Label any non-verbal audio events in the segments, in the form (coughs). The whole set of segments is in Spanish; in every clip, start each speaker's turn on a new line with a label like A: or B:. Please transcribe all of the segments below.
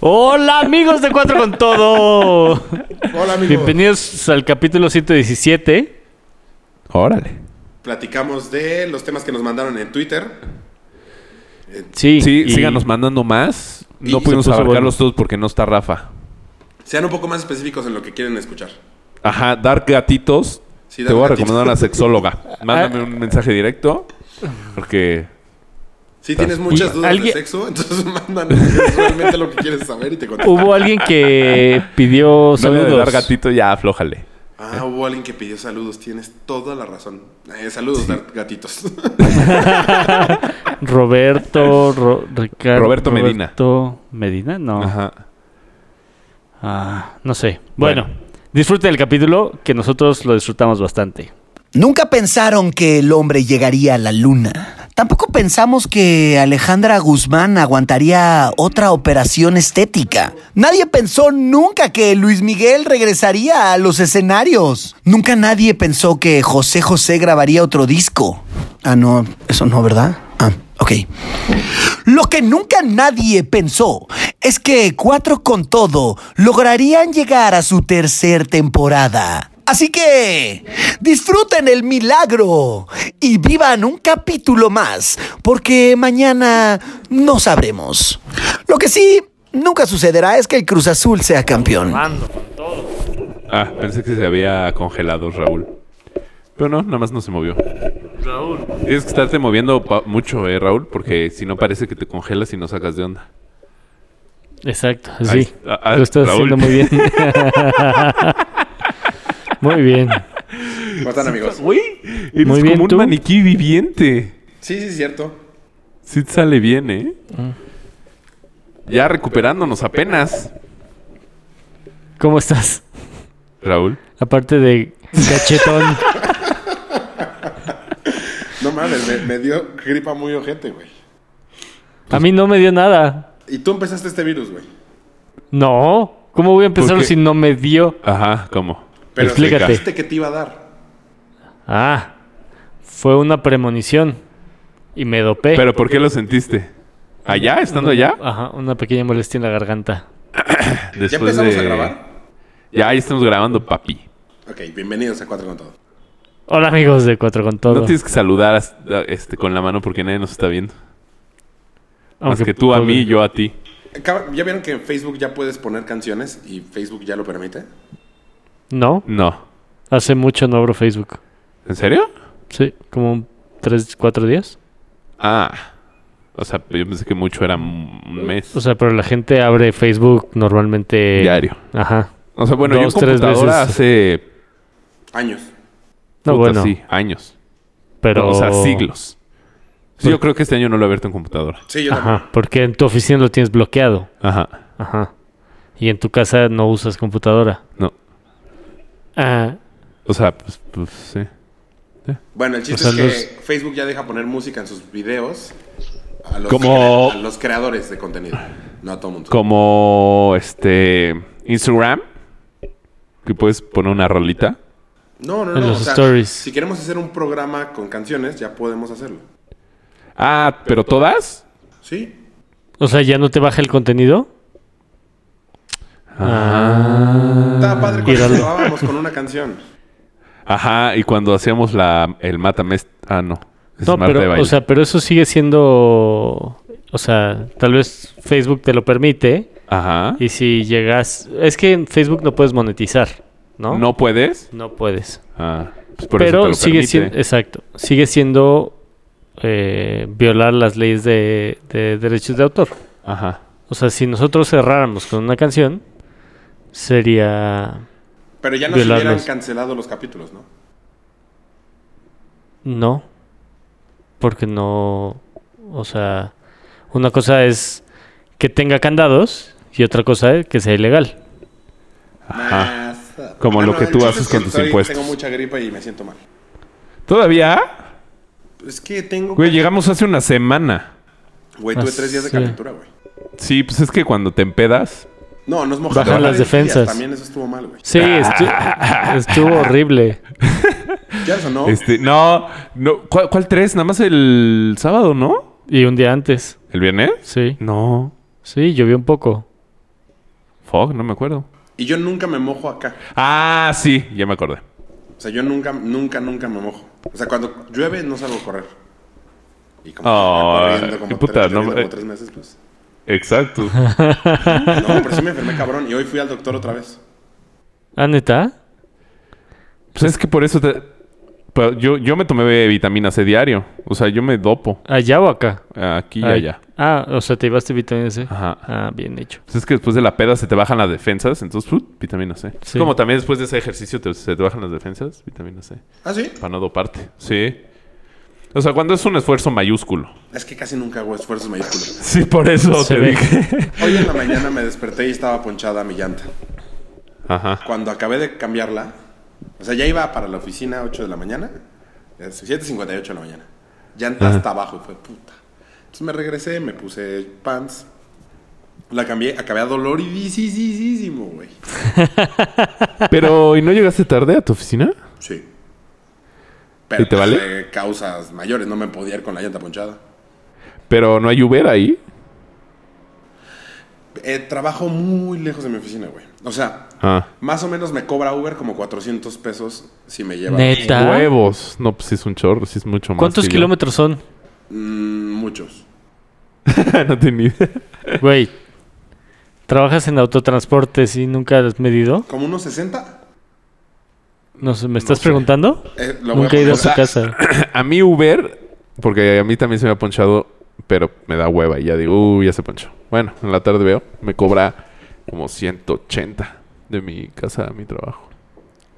A: Hola amigos de Cuatro con
B: (laughs)
A: Todo.
C: Hola, amigos.
A: Bienvenidos al capítulo 117.
B: Órale.
C: Platicamos de los temas que nos mandaron en Twitter.
A: Sí,
B: Sí,
A: y-
B: síganos mandando más.
C: Y
B: No
C: se
B: pudimos
A: puso
B: abarcarlos todos porque no está Rafa.
C: Sean un poco más específicos en lo que quieren escuchar.
B: Ajá, dar gatitos.
C: Sí,
B: Te
C: dar
B: voy a
C: gatitos.
B: recomendar a
A: (laughs)
B: una sexóloga.
A: Ah.
B: Mándame un mensaje directo. Porque
C: Si tienes muchas dudas
A: alguien-
C: de sexo, entonces (laughs) mandan realmente lo que quieres saber y te contestan.
A: Hubo alguien que
B: (laughs)
A: pidió
B: no de dar
A: saludos.
B: gatito ya aflójale.
C: Ah, hubo alguien que pidió saludos. Tienes toda la razón. Eh, saludos, dar
A: (laughs)
C: gatitos.
A: Roberto, Ro- Ricardo-
B: Roberto Medina.
A: Roberto Medina, no.
B: Ajá.
A: Ah, no sé. Bueno, disfruten el capítulo que nosotros lo disfrutamos bastante.
D: Nunca pensaron que el hombre llegaría a la luna. Tampoco pensamos que Alejandra Guzmán aguantaría otra operación estética. Nadie pensó nunca que Luis Miguel regresaría a los escenarios. Nunca nadie pensó que José José grabaría otro disco. Ah, no, eso no, ¿verdad? Ah, ok. Lo que nunca nadie pensó es que Cuatro con Todo lograrían llegar a su tercer temporada. Así que disfruten el milagro y vivan un capítulo más, porque mañana no sabremos. Lo que sí nunca sucederá es que el Cruz Azul sea campeón.
B: Ah, pensé que se había congelado Raúl. Pero no, nada más no se movió.
A: Raúl.
B: Tienes que estarte moviendo pa- mucho, eh, Raúl, porque si no parece que te congelas y no sacas de onda.
A: Exacto,
B: Ahí
A: sí.
B: está. Ah,
A: lo estás
B: Raúl.
A: haciendo muy
B: (laughs)
A: bien. (laughs) muy bien.
C: ¿Cómo están, amigos?
B: Uy, eres
A: Muy bien,
B: como un
A: ¿tú?
B: maniquí viviente.
C: Sí, sí, es cierto.
B: Sí te sale bien, ¿eh? Mm. Ya recuperándonos apenas,
A: ¿Cómo estás?
B: Raúl.
A: Aparte
B: (laughs)
A: de cachetón.
C: No mames, me, me dio gripa muy ojete, güey.
A: A mí no me dio nada.
C: Y tú empezaste este virus, güey.
A: No. ¿Cómo voy a empezar
B: qué?
A: si no me dio?
B: Ajá, ¿cómo?
C: Pero
A: Explícate.
C: dijiste que te iba a dar.
A: Ah, fue una premonición. Y me dopé.
B: ¿Pero por qué lo sentiste? ¿Allá? ¿Estando allá?
A: Ajá, una pequeña molestia en la garganta.
B: Después
C: ¿Ya empezamos
B: de-
C: a grabar?
B: Ya, ahí estamos grabando, papi.
C: Ok, bienvenidos a Cuatro con Todo.
A: Hola amigos de Cuatro con Todo.
B: No tienes que saludar hasta- este, con la mano porque nadie nos está viendo. Más
A: Aunque
B: que tú a
A: podría-
B: mí y yo a ti.
C: Acaba- ¿Ya vieron que en Facebook ya puedes poner canciones y Facebook ya lo permite?
A: No,
B: No.
A: hace mucho no abro Facebook.
B: ¿En serio?
A: Sí, como un tres, cuatro días.
B: Ah. O sea, yo pensé que mucho era un mes.
A: O sea, pero la gente abre Facebook normalmente.
B: Diario.
A: Ajá.
B: O sea, bueno,
A: eh, dos,
B: yo en
A: tres
B: computadora
A: veces.
B: hace...
C: Años.
A: No,
B: puta,
A: bueno,
B: sí, años.
A: pero.
B: O sea, siglos. Sí, yo creo que este año no lo he abierto en computadora.
C: Sí, yo también.
A: Ajá, porque en tu oficina lo tienes bloqueado.
B: Ajá.
A: Ajá. Y en tu casa no usas computadora.
B: No.
A: Ah,
B: O sea, pues, pues sí.
C: Bueno, el chiste
A: O sea,
C: es que Facebook ya deja poner música en sus videos a los,
B: Como-
C: a los creadores de contenido. No a todo mundo.
B: Como este Instagram. Que puedes poner una rolita.
C: No, no,
A: En
C: no.
A: los stories.
C: Si queremos hacer un programa con canciones, ya podemos hacerlo.
B: Ah, pero todas.
C: ¿Sí?
A: o sea, ya no te baja el contenido.
B: Ah,
C: Estaba padre
A: Tíralo.
C: cuando grabábamos con una canción.
B: Ajá, y cuando hacíamos la el matames. Ah, no. Es
A: No,
B: Marta de
A: pero,
B: baile.
A: o sea, pero eso sigue siendo. O sea, tal vez Facebook te lo permite.
B: Ajá.
A: Y si llegas. Es que en Facebook no puedes monetizar, ¿no?
B: ¿No? puedes.
A: No puedes.
B: Ah, pues por
A: pero
B: eso te lo
A: sigue
B: permite.
A: siendo. Exacto. Sigue siendo. eh, violar las leyes de, de derechos de autor.
B: Ajá.
A: O sea, si nosotros cerráramos con una canción, sería.
C: Pero ya nos
A: Violarlos.
C: hubieran cancelado los capítulos, ¿no?
A: No. Porque no. O sea, una cosa es que tenga candados y otra cosa es que sea ilegal.
B: Ajá.
C: Más. Ah,
B: Como lo que
C: el
B: tú
C: chiste
B: haces
C: es
B: con
C: que
B: tus
C: estoy-
B: impuestos.
C: Tengo mucha gripa y me siento mal.
B: Todavía.
C: Es que tengo...
B: Güey, llegamos hace una semana.
C: Güey, tuve
A: Ah,
C: tres días de
A: sí.
C: calentura, güey.
B: Sí, pues es que cuando te empedas.
C: No, nos mojamos.
A: Bajan las
C: varios
A: defensas.
C: días, También eso estuvo mal, güey.
A: Sí,
B: Ah.
A: estu- estuvo horrible.
C: ¿Ya eso no?
B: Este, no, no. ¿Cuál, cuál tres? Nada más el sábado, ¿no?
A: Y un día antes,
B: ¿El viernes?
A: sí.
B: No.
A: Sí, llovió un poco.
B: Fuck, no me acuerdo.
C: Y yo nunca me mojo acá.
B: Ah, sí, ya me acordé.
C: O sea, yo nunca, nunca, nunca me mojo. O sea, cuando llueve no salgo a correr. Y como
B: Oh,
C: estaba corriendo como,
B: qué puta,
C: tres,
B: no,
C: corriendo como
B: eh.
C: tres meses, pues.
B: Exacto.
C: No, pero sí me enfermé cabrón. Y hoy fui al doctor otra vez.
A: ¿Ah, neta?
B: (laughs) pues es que por eso te- pero yo, yo me tomé vitamina C diario. O sea, yo me dopo
A: ¿Allá o acá?
B: aquí y
A: Ay.
B: allá.
A: Ah, o sea, te llevaste vitamina C.
B: Ajá.
A: Ah, bien hecho.
B: Pues es que después de la peda se te bajan las defensas, entonces ¡fut! vitamina C. Es
A: Sí.
B: como también después de ese ejercicio te- se te bajan las defensas, vitamina C.
C: ¿Ah, sí?
B: Para no doparte. Sí. O sea, cuando es un esfuerzo mayúsculo.
C: Es que casi nunca hago esfuerzos mayúsculos.
B: Sí, por eso
A: Se
B: te
A: ve.
B: dije.
C: Hoy en la mañana me desperté y estaba ponchada mi llanta.
B: Ajá.
C: Cuando acabé de cambiarla, o sea, ya iba para la oficina 8 de la mañana, eh, es 7.58 de la mañana. Llanta hasta abajo, y fue puta. Entonces me regresé, me puse pants, la cambié, acabé doloridísimo, güey.
B: Pero, ¿y no llegaste tarde a tu oficina?
C: Sí. Pero
B: ¿Y te
C: pues,
B: vale?
C: eh, causas mayores, no me podía ir con la llanta ponchada.
B: Pero no hay Uber ahí.
C: Eh, trabajo muy lejos de mi oficina, güey. O sea,
B: Ah.
C: más o menos me cobra Uber como 400 pesos si me lleva.
A: Neta. ¿Ah?
B: Huevos. No, pues sí es un chorro, sí es mucho más.
A: ¿Cuántos
B: que yo. (laughs)
A: kilómetros son?
C: Mm, muchos.
B: Ah, no tenía idea.
A: Güey, ¿trabajas en autotransportes y nunca has medido?
C: ¿Como unos 60?
A: No sé, ¿me estás
B: sé.
A: preguntando?
C: Eh, lo voy
A: Nunca he
C: a
A: ido a
C: poner-
A: su
C: Ah,
A: casa.
B: A mí Uber, porque a mí también se me ha ponchado, pero me da hueva y ya digo, uy, ya se ponchó. Bueno, en la tarde veo, me cobra como 180 de mi casa a mi trabajo.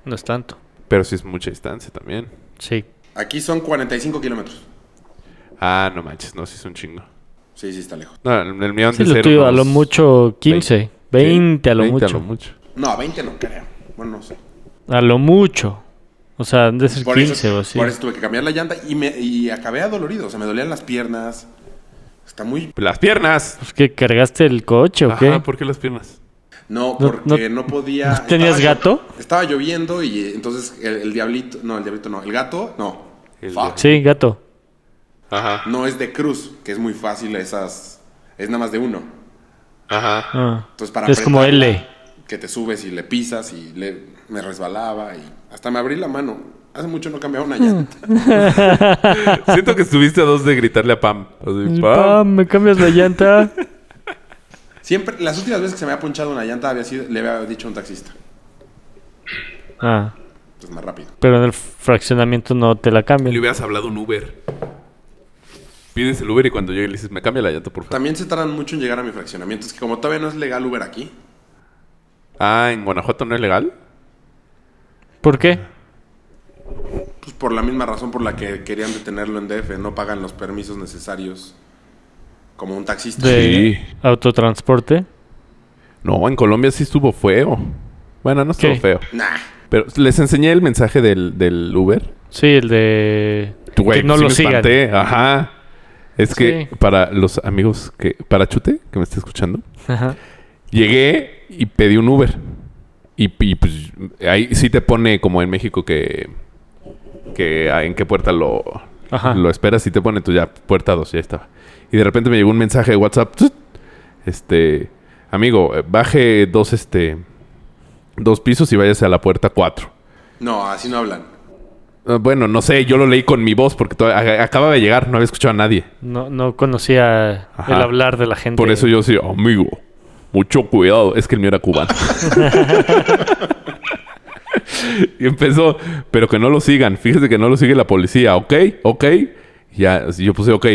A: No es tanto.
B: Pero sí es mucha distancia también.
A: Sí.
C: Aquí son 45 kilómetros.
B: Ah, no manches, no, sí es un chingo.
C: Sí, sí, está lejos.
B: No, el el mío
A: Sí,
B: antes
A: lo
B: era
A: tuyo a
B: unos
A: lo mucho 15, 20, a lo
B: 20
A: mucho.
B: a lo mucho.
C: No, a 20 no creo. Bueno, no sé.
A: A lo mucho. O sea, han de ser
C: Por
A: 15
C: eso,
A: o así.
C: Por eso tuve que cambiar la llanta y, me, y acabé adolorido. O sea, me dolían las piernas. Está muy...
B: Las piernas.
A: Pues que cargaste el coche o qué?
B: Ajá, ¿por qué las piernas?
C: No,
A: No,
C: porque no, podía...
A: ¿No tenías
C: estaba-
A: gato?
C: Estaba lloviendo y eh, entonces el, el diablito... No, el diablito no. El gato, no.
B: El
C: Fuck.
A: Sí, gato.
B: Ajá,
C: No es de cruz, que es muy fácil esas... Es nada más de uno.
B: ajá.
A: Ah.
C: Entonces para
A: es como
C: apretarla,
A: L.
C: Que te subes y le pisas y le, me resbalaba y hasta me abrí la mano. Hace mucho no cambiaba una
A: Mm.
C: llanta.
B: Siento que estuviste a dos de gritarle a Pam.
A: Pam,
B: Así, Pam.
A: me cambias la
B: (laughs)
A: llanta.
C: Siempre, las últimas veces que se me había ponchado una llanta había sido, le había dicho a un taxista.
A: ah,
C: Entonces más rápido.
A: pero en el fraccionamiento no te la
B: Le
A: cambian.
B: hubieras hablado un Uber. Pides el Uber y cuando llegue le dices, me cambia la llanta, por favor.
C: También se tardan mucho en llegar a mi fraccionamiento. Es que como todavía no es legal Uber aquí,
B: Ah, ¿en Guanajuato no es legal?
A: ¿Por qué?
C: pues por la misma razón por la que querían detenerlo en DF, no pagan los permisos necesarios como un taxista.
A: De autotransporte.
B: No, en Colombia sí estuvo feo. Bueno, no estuvo
A: ¿Qué?
B: feo.
C: Nah.
B: Pero les enseñé el mensaje del, del Uber.
A: Sí, el de
B: Güey, pues
A: que no
B: sí
A: lo
B: me
A: sigan.
B: espanté. Ajá. Es que
A: Sí.
B: para los amigos que... Para Chute, que me está escuchando.
A: Ajá.
B: Llegué y pedí un Uber. Y, y, pues ahí sí te pone como en México que... que ah, en qué puerta lo,
A: Ajá.
B: lo esperas y te pone tú ya puerta 2, ya estaba. Y de repente me llegó un mensaje de WhatsApp. ¡tut! Este, amigo, eh, baje dos, este, dos pisos y váyase a la puerta 4.
C: No, así no hablan.
B: Bueno, no sé, yo lo leí con mi voz porque to- a- acababa de llegar, no había escuchado a nadie.
A: No, no conocía
B: Ajá.
A: el hablar de la gente.
B: Por eso yo sí, amigo, mucho cuidado. Es que el mío
A: (laughs)
B: era cubano. y empezó, pero que no lo sigan. Fíjese que no lo sigue la policía. Ok, ok. Y Ya, así yo puse ok.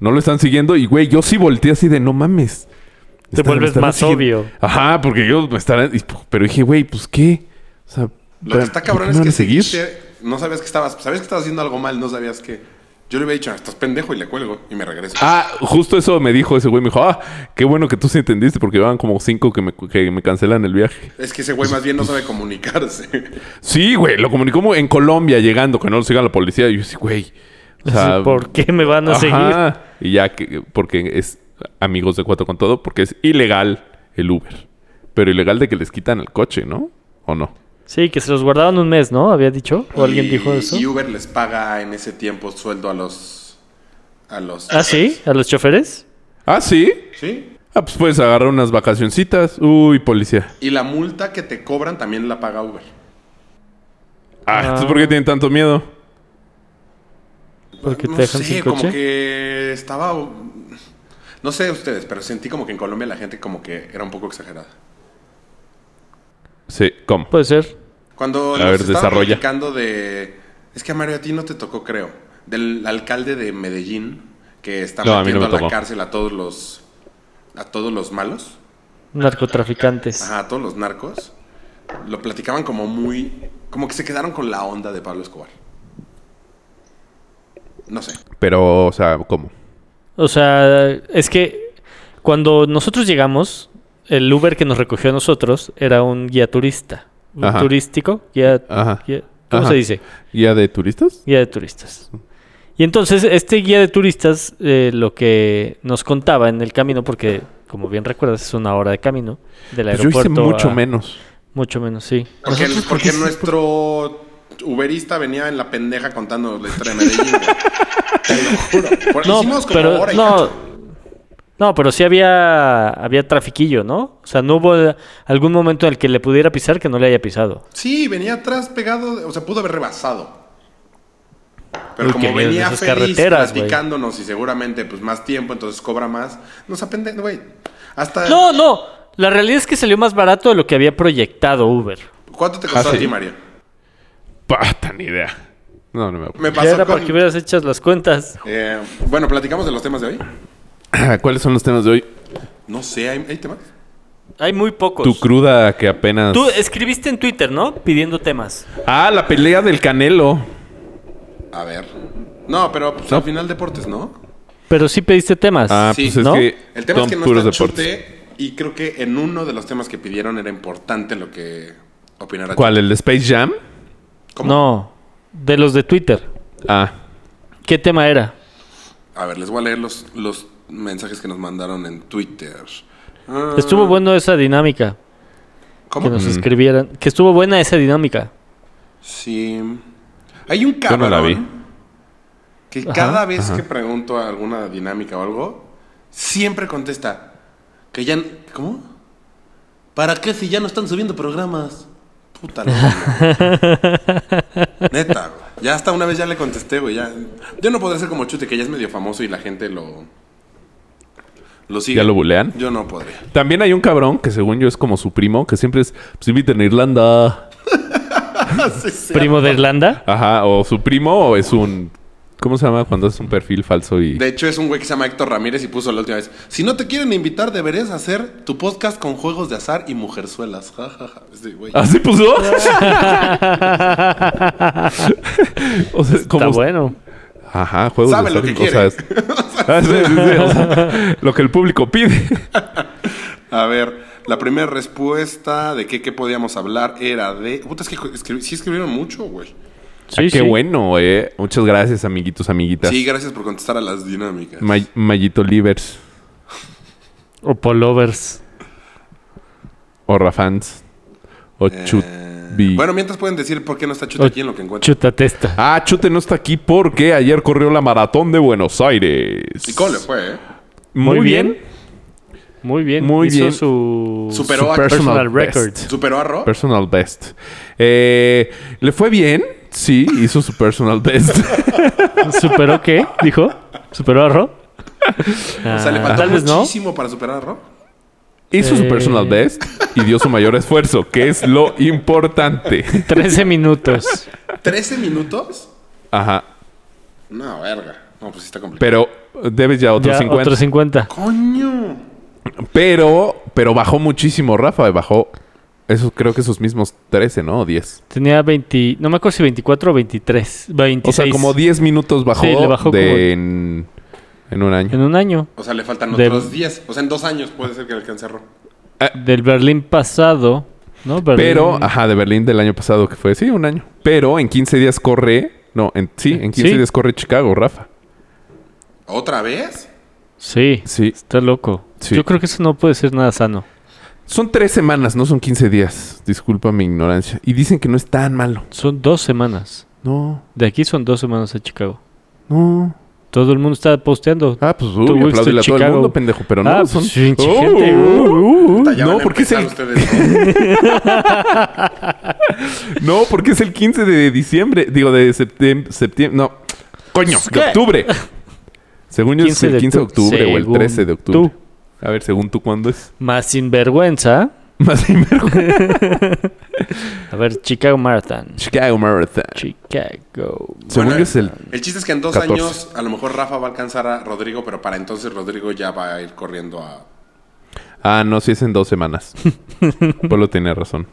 B: No lo están siguiendo. Y güey, yo sí volteé así de no mames.
A: Te
B: Están- me
A: vuelves
B: estarán
A: más
B: siguiendo".
A: obvio.
B: Ajá, porque yo me estarán. y, pero dije, güey, pues qué. O sea,
C: Lo que está
B: ¿por
C: cabrón
B: qué
C: es
B: me van
C: que
B: a seguir?
C: seguiste, no sabías que estabas, sabías que estabas haciendo algo mal, no sabías que. Yo le había dicho, "Ah, estás pendejo y le cuelgo y me regreso.
B: Ah, justo eso me dijo ese güey. Me dijo, ah, qué bueno que tú sí entendiste porque van como cinco que me, que me cancelan el viaje.
C: Es que ese güey más bien no sabe comunicarse.
B: Sí, güey, lo comunicó como en Colombia llegando, que no lo siga la policía. Y yo sí, güey. O sea,
A: ¿Por qué me van a seguir?
B: ajá. Y ya, que, porque es amigos de cuatro con todo, porque es ilegal el Uber. Pero ilegal de que les quitan el coche, ¿no? ¿O no?
A: Sí, que se los guardaban un mes, ¿no? Había dicho. ¿O alguien
C: Y-
A: dijo eso?
C: Y Uber les paga en ese tiempo sueldo a los. A los.
A: ¿Ah, sí? ¿A los choferes?
B: Ah, sí.
C: ¿Sí?
B: Ah, pues puedes agarrar unas vacacioncitas. Uy, policía.
C: Y la multa que te cobran también la paga Uber.
B: Ah, ¿entonces ¿por qué tienen tanto miedo?
A: Porque
C: no
A: te dejan
C: sé,
A: sin
C: como
A: coche.
C: que estaba... No sé ustedes, pero sentí como que en Colombia la gente como que era un poco exagerada.
B: Sí, ¿cómo?
A: Puede ser.
C: Cuando
B: A
C: nos
B: ver,
C: estaban
B: desarrolla.
C: platicando de... Es que a Mario a ti no te tocó, creo. Del alcalde de Medellín, que está
B: No, a mí no
C: metiendo
B: me
C: a, la
B: tocó.
C: cárcel a todos los... A todos los malos.
A: Narcotraficantes.
C: Ajá, a todos los narcos. Lo platicaban como muy... Como que se quedaron con la onda de Pablo Escobar. No sé.
B: Pero, o sea, ¿cómo?
A: O sea, es que cuando nosotros llegamos, el Uber que nos recogió a nosotros era un guía turista. Un
B: Ajá.
A: turístico, guía,
B: Ajá.
A: guía- ¿Cómo
B: Ajá.
A: se dice?
B: ¿Guía de turistas?
A: Guía de turistas. Y entonces este guía de turistas eh, lo que nos contaba en el camino, porque como bien recuerdas es una hora de camino del
B: Pues yo
A: aeropuerto. ah.
B: hice mucho
A: a-
B: menos.
A: Mucho menos, sí.
C: Porque, el- porque nuestro uberista venía en la pendeja contándonos la historia de Medellín. güey. Te lo juro. Por-
A: No,
C: hicimos como
A: pero
C: hora y
A: no,
C: cacho.
A: no, pero sí había había trafiquillo, ¿no? O sea, no hubo eh, algún momento en el que le pudiera pisar que no le haya pisado.
C: Sí, venía atrás pegado, de- o sea, pudo haber rebasado. Pero
A: Uy, qué
C: como
A: miedo
C: venía
A: esas
C: feliz
A: carreteras, güey.
C: platicándonos y seguramente pues más tiempo, entonces cobra más. Nos apende, güey. Hasta
A: No, no. La realidad es que salió más barato de lo que había proyectado Uber.
C: ¿Cuánto te costó
B: Ah, sí.
C: a ti, Mario?
B: Pata, ni idea. No, no me acuerdo.
C: Me
A: Ya era
C: pasó
A: para que
C: con
A: hubieras hecho las cuentas.
C: eh, bueno, platicamos de los temas de hoy.
B: (clears throat) ¿Cuáles son los temas de hoy?
C: No sé, hay, hay temas.
A: Hay muy pocos.
B: Tu cruda que apenas...
A: Tú eh, escribiste en Twitter, ¿no? Pidiendo temas.
B: Ah, la pelea del Canelo.
C: A ver. No, pero pues,
B: No.
C: al final deportes, ¿no?
A: Pero sí pediste temas.
B: Ah,
C: Sí.
B: pues es
A: ¿No?
B: que
C: El tema
B: son
C: es que no
B: puros
C: está
B: deportes.
C: Chute y creo que en uno de los temas que pidieron era importante lo que opinara.
B: ¿Cuál? ¿El de Space Jam?
C: ¿Cómo?
A: No. De los de Twitter.
B: Ah,
A: ¿Qué tema era?
C: A ver, les voy a leer los, los mensajes que nos mandaron en Twitter. Ah,
A: Estuvo bueno esa dinámica.
C: ¿Cómo?
A: Que nos escribieran. Que estuvo buena esa dinámica.
C: Sí. Hay un
B: Yo
C: cabrón.
B: no la vi.
C: Que
A: Ajá,
C: cada vez que pregunto a alguna dinámica o algo, siempre contesta. Que ya. n- ¿Cómo? ¿Para qué si ya no están subiendo programas? Puta la
B: (laughs)
C: madre. Neta, güey. Ya hasta una vez ya le contesté, güey. Ya. Yo no podré ser como Chute, que ya es medio famoso y la gente lo. Lo sigue.
B: ¿ya lo bulean?
C: Yo no podría.
B: También hay un cabrón que según yo es como su primo, que siempre es, pues inviten a Irlanda.
A: Primo de Irlanda.
B: Ajá, o su primo o es un... ¿Cómo se llama cuando es un perfil falso y...
C: De hecho, es un güey que se llama Héctor Ramírez y puso la última vez. Si no te quieren invitar, deberías hacer tu podcast con juegos de azar y mujerzuelas. Ja, ja, ja. Sí, güey.
A: Ah,
B: ¿Así
C: (laughs)
B: ¿Ah, puso? o sea,
A: Está
B: como...
A: bueno.
B: Ajá, juegos
C: Sabe lo
B: azar y
C: que
B: cosas. (laughs) Ah, sí, sí, sí, o sea, lo que el público pide.
C: A ver, la primera respuesta de qué, qué podíamos hablar era de. Puta, es que escri- sí escribieron mucho, güey.
A: Sí,
B: Ah, qué
A: sí.
B: bueno, eh. Muchas gracias, amiguitos, amiguitas.
C: Sí, gracias por contestar a las dinámicas.
B: May- Mayito Livers
A: O Polovers.
B: o Rafans o
C: Eh,
B: Chutbi.
C: Bueno, mientras pueden decir por qué no está Chute
A: O
C: aquí en lo que encuentran.
A: Chuta testa.
B: Ah, Chute no está aquí porque ayer corrió la maratón de Buenos Aires.
C: ¿Y cómo le fue, eh?
B: Muy bien.
A: Muy bien.
B: Muy
A: Hizo
B: bien.
A: su...
C: Superó
A: su
C: a-
A: personal
B: best.
A: record.
C: ¿Superó a Ro?
B: Personal best. Eh, ¿Le fue bien? Sí, hizo su personal best.
A: (laughs) ¿Superó qué? Dijo. ¿Superó
B: (laughs)
A: a Ro?
C: o sea, le
A: Ah,
C: faltó
A: tal vez no.
C: muchísimo para superar a Ro.
B: hizo
A: Eh.
B: su personal best y dio su mayor esfuerzo, que es lo importante.
A: 13 minutos.
C: ¿13 minutos?
B: Ajá.
C: No, verga. No, pues sí está complicado.
B: Pero debes ya (laughs) otros
A: Ya,
B: 50.
A: otros 50.
C: ¡Coño!
B: Pero, pero bajó muchísimo, Rafa. eh, Bajó, eso, creo que esos mismos 13, ¿no? O 10.
A: Tenía 20... No me acuerdo si 24 o 23. 26.
B: O sea, como 10 minutos bajó,
A: Sí, le bajó
B: de-
A: como-
B: en, en un año.
A: En un año.
C: O sea, le faltan
A: De-
C: otros 10. O sea, en dos años puede ser que le alcance a Ro.
A: Del Berlín pasado. ¿No? Berlín-
B: Pero, ah, ajá, de Berlín del año pasado, que fue, sí, un año. Pero en 15 días corre, no, en, sí, en 15
A: Sí.
B: días corre Chicago, Rafa.
C: ¿Otra vez?
A: Sí.
B: Sí.
A: Está loco.
B: Sí.
A: Yo creo que eso no puede ser nada sano.
B: Son tres semanas, no son 15 días. Disculpa mi ignorancia. Y dicen que no es tan malo.
A: Son dos semanas.
B: No,
A: De aquí son dos semanas a Chicago.
B: no.
A: Todo el mundo está posteando.
B: Ah, pues
A: Two
B: uy,
A: Weeks to
B: apláudele a todo el
A: Chicago.
B: mundo, pendejo. Pero no,
A: Ah,
B: son...
A: pues, pinche
B: ¡Oh!
A: gente, uh,
C: Puta, ya
B: no,
C: van a
B: porque es
C: empezar
B: el- (laughs)
C: ustedes, ¿no?
B: No, porque es el 15 de diciembre. Digo, de septiembre. septiembre no. Coño, de
A: ¿Qué?
B: octubre. Según yo es
A: 15
B: el
A: de
B: 15 de octubre o el
A: según
B: 13 de octubre.
A: tú.
B: A ver, según tú, ¿cuándo es? (laughs)
A: Más sinvergüenza. (laughs)
B: Más sinvergüenza.
A: A ver, Chicago Marathon.
B: Chicago Marathon.
A: Chicago.
B: Según
C: Bueno,
B: yo es el...
C: El chiste es que en dos
B: 14.
C: años a lo mejor Rafa va a alcanzar a Rodrigo, pero para entonces Rodrigo ya va a ir corriendo a...
B: Ah, no, sí es en dos
A: (laughs)
B: semanas. Polo tenía razón.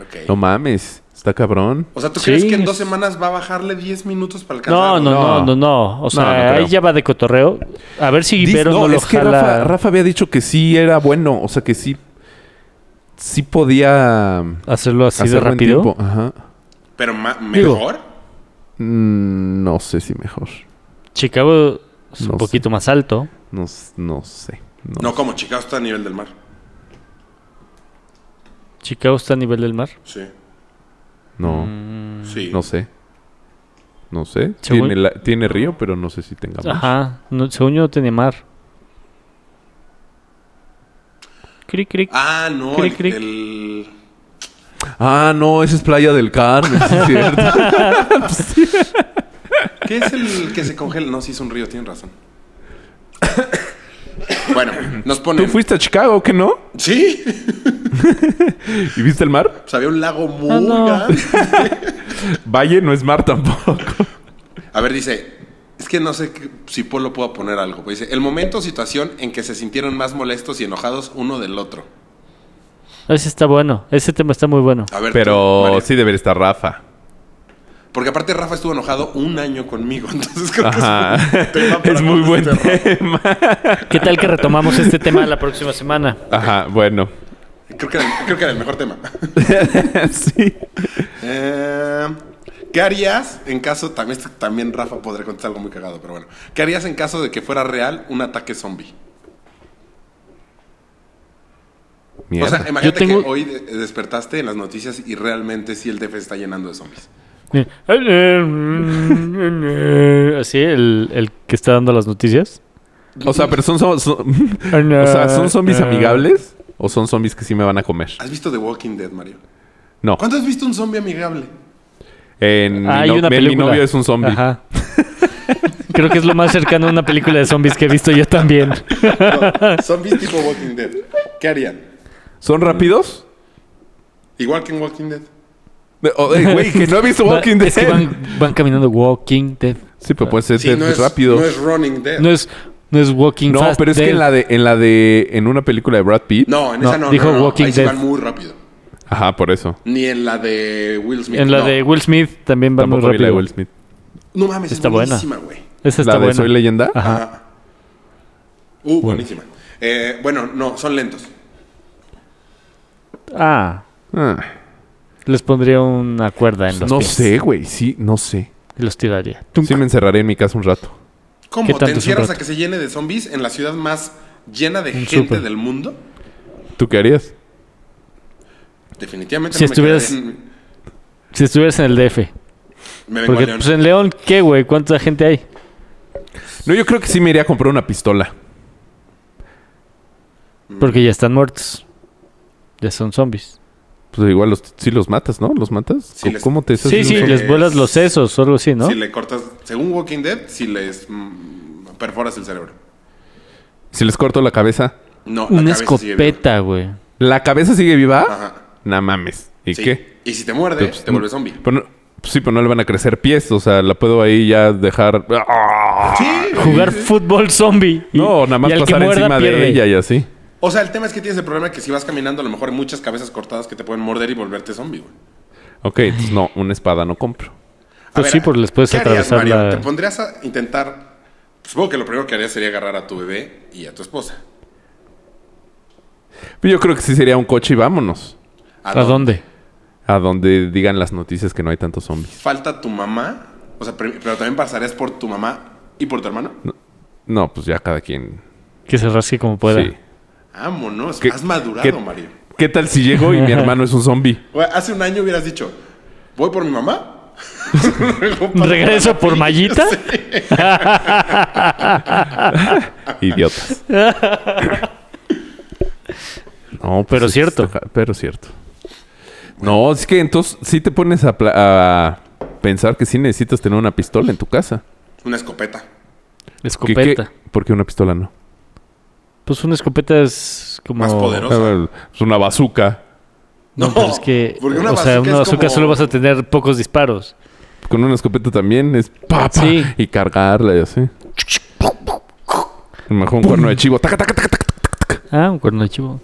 C: Ok.
B: No mames, está cabrón.
C: O sea, ¿tú
A: Sí.
C: crees que en dos semanas va a bajarle 10 minutos para alcanzar? a
A: No, no,
C: Rodrigo?
A: no,
B: No.
A: no, no. O sea,
B: no
A: ahí
B: creo.
A: ya va de cotorreo. A ver si
B: Dice-
A: Ibero no,
B: no,
A: lo
B: es que
A: jala.
B: Rafa, Rafa había dicho que sí era bueno. O sea, que sí... Sí podía...
A: Hacerlo así de
B: hacer buen
A: rápido.
B: tiempo. Ajá.
C: Pero ma-
A: Digo.
C: mejor.
B: Mm, No sé si mejor.
A: Chicago es un
B: No sé.
A: poquito más alto.
B: No, s- no sé. No,
C: No, como Chicago está a nivel del mar.
A: Chicago está a nivel del mar.
C: Sí.
B: no,
C: Sí.
B: Mm, no sé. No sé.
A: Según-
B: Tiene, la- tiene río, pero no sé si tengamos.
A: Ajá. No, según yo no tiene mar. Cric, cric.
C: Ah, no.
A: Cric,
C: el-
A: cric.
C: el-
B: Ah, no, esa es Playa del Carmen, sí es cierto.
C: ¿Qué es el que se congela? No, sí es un río, tienen
B: (laughs)
C: razón. bueno, nos
B: ¿Tú
C: ponen...
B: fuiste a Chicago, que no?
C: Sí.
B: ¿Y viste el mar?
C: O sea, había un lago muy
A: Ah, no.
C: grande.
B: Valle no es mar tampoco.
C: A ver, dice, es que no sé qué- si Polo pueda poner algo. Pues dice, el momento o situación en que se sintieron más molestos y enojados uno del otro.
A: Ese está bueno. Ese tema está muy bueno.
C: A ver, tú,
B: Pero
C: Mario.
B: sí debería estar Rafa.
C: Porque aparte Rafa estuvo enojado un año conmigo, (laughs) entonces creo que
B: Ajá.
C: (laughs) es un
B: (laughs)
C: tema para
B: Es muy
C: cuando
B: buen
C: esté Rafa.
B: tema.
A: ¿Qué tal que retomamos este tema la próxima semana?
B: Ajá, bueno.
C: Creo que, era, el- creo que era el mejor tema.
B: (laughs)
C: (laughs)
B: sí.
C: Eh, ¿Qué harías en caso, también, también Rafa podría contestar algo muy cagado, pero bueno. ¿Qué harías en caso de que fuera real un ataque zombie? O sea,
B: Mierda.
C: imagínate
A: tengo-
C: que hoy de- despertaste en las noticias y realmente sí el DF está llenando de zombies.
A: Así, el, el que está dando las noticias.
B: O sea, pero son, son- son- o sea, ¿son zombies amigables o son zombies que sí me van a comer?
C: ¿Has visto The Walking Dead, Mario?
B: No.
C: ¿Cuándo has visto un
A: (laughs)
C: zombie amigable?
B: En
A: Ah,
B: mi,
A: Hay
B: no-
A: una
B: mi- mi
A: película.
B: novio es un zombie.
A: Ajá. Creo que es lo más cercano a una película de zombies que he visto yo también.
C: No, zombies tipo Walking Dead. ¿Qué harían?
B: ¿Son rápidos?
C: Igual que en Walking Dead.
B: De- oh, eh, Güey, que no
A: (laughs)
B: he visto Walking Dead.
A: Es que van, van caminando Walking Dead.
B: Sí, pero puede ser
C: Sí,
B: de-
C: no es
B: rápido.
C: No es Running Dead.
A: No es, no es Walking
B: No,
A: Fast
B: pero es que
A: Dead.
B: en la de, en la de, en una película de Brad Pitt.
C: No, en
A: No,
C: esa no.
A: dijo
C: no, no.
A: Walking
C: Ahí sí
A: Dead.
C: van muy rápido.
B: Ajá, por eso.
C: Ni en la de Will Smith.
A: En la
C: no.
A: de Will Smith también va muy
B: Tampoco vi la de
A: rápido.
B: Will Smith.
C: No mames,
A: Está
C: está
A: buena.
C: buenísima, güey.
A: Esa
B: ¿La
A: está
B: de
A: buena. Ah.
B: Soy Leyenda?
A: Ajá.
C: Ajá. Uh, buenísima. Eh, bueno, no, son lentos.
A: Ah,
B: Ah,
A: les pondría una cuerda en los
B: no
A: pies.
B: sé, güey. Sí, no sé.
A: Y los tiraría.
B: Sí me encerraré en mi casa un rato.
A: ¿Qué
C: ¿Cómo?
A: tanto
C: ¿Te
A: es un
C: encierras
A: rato?
C: a que se llene de zombies en la ciudad más llena de
A: Un
C: gente
A: súper.
C: del mundo?
B: ¿Tú qué harías?
C: Definitivamente
A: Si
C: no me
A: estuvieras-
C: quedaría en-
A: Si estuvieras en el DF.
C: Me vengo
A: Porque
C: a León.
A: pues en León, ¿qué, güey? ¿Cuánta gente hay?
B: No, yo creo que sí me iría a comprar una pistola.
A: Porque ya están muertos. Ya son zombies.
B: Pues igual los, sí los matas, ¿no? ¿Los matas?
C: Sí,
B: ¿O
C: les-
B: ¿Cómo te deshaces
A: Sí,
B: de
A: sí,
B: un
A: les
C: es-
A: vuelas los sesos o algo así, ¿no?
C: Si le cortas, según Walking Dead, si les mm, perforas el cerebro.
B: zombie? Si les corto la cabeza.
C: No, la
A: Una
C: cabeza sigue viva.
A: escopeta, güey.
B: ¿La cabeza sigue viva?
C: Ajá.
B: Nah mames. ¿Y
C: Sí.
B: qué?
C: Y si te muerde, te vuelve zombie.
B: Pero no- sí, pero no le van a crecer pies. O sea, la puedo ahí ya dejar. ¡Ah!
A: Jugar fútbol zombie. Y-
B: No, nada más
A: y al que
B: pasar
A: muerda,
B: encima
A: pierde.
B: de ella y así.
C: O sea, el tema es que tienes el problema que si vas caminando, a lo mejor hay muchas cabezas cortadas que te pueden morder y volverte zombie, güey.
B: Ok, entonces no, una espada no compro.
C: A
A: Pues sí, pues les puedes
C: ¿qué harías,
A: atravesar
C: Mario?
A: la-
C: Te pondrías a intentar. Pues, Supongo que lo primero que harías sería agarrar a tu bebé y a tu esposa.
B: Pero Pues yo creo que sí sería un coche y vámonos.
A: ¿A dónde?
B: A donde digan las noticias que no hay tantos zombies.
C: Falta tu mamá. O sea, pre- pero también pasarías por tu mamá y por tu hermano.
B: No, pues ya cada quien.
A: Que se rasque como pueda.
B: Sí.
C: Vámonos.
B: ¿Qué-
C: Has madurado,
B: qué-
C: Mario.
A: (laughs)
B: ¿Qué tal si llego y mi hermano es un zombie?
A: (laughs)
C: Güey, hace un año hubieras dicho: Voy por mi mamá (laughs) Luego para-
A: ¿Regreso por
C: (laughs)
A: mallita? (laughs)
B: Idiotas. no, pues
A: Pero
B: es-
A: cierto.
B: está- pero cierto. No, es que entonces sí te pones a, pla- a pensar que sí necesitas tener una pistola en tu casa.
C: Una escopeta.
B: ¿Qué-
A: Escopeta.
B: qué- ¿Por qué una pistola no?
A: Pues una escopeta es como...
C: Más poderosa.
B: A ver, Es una bazooka.
A: No,
C: No,
A: pero es que...
C: porque una
A: o sea,
C: bazooka
A: una
C: es
A: bazooka
C: como-
A: solo vas a tener pocos disparos.
B: Con una escopeta también es pa, pa,
A: Sí.
B: y cargarla y así. A lo mejor un cuerno de chivo. Taca, taca, taca, taca.
A: Ah, un cuerno de chivo.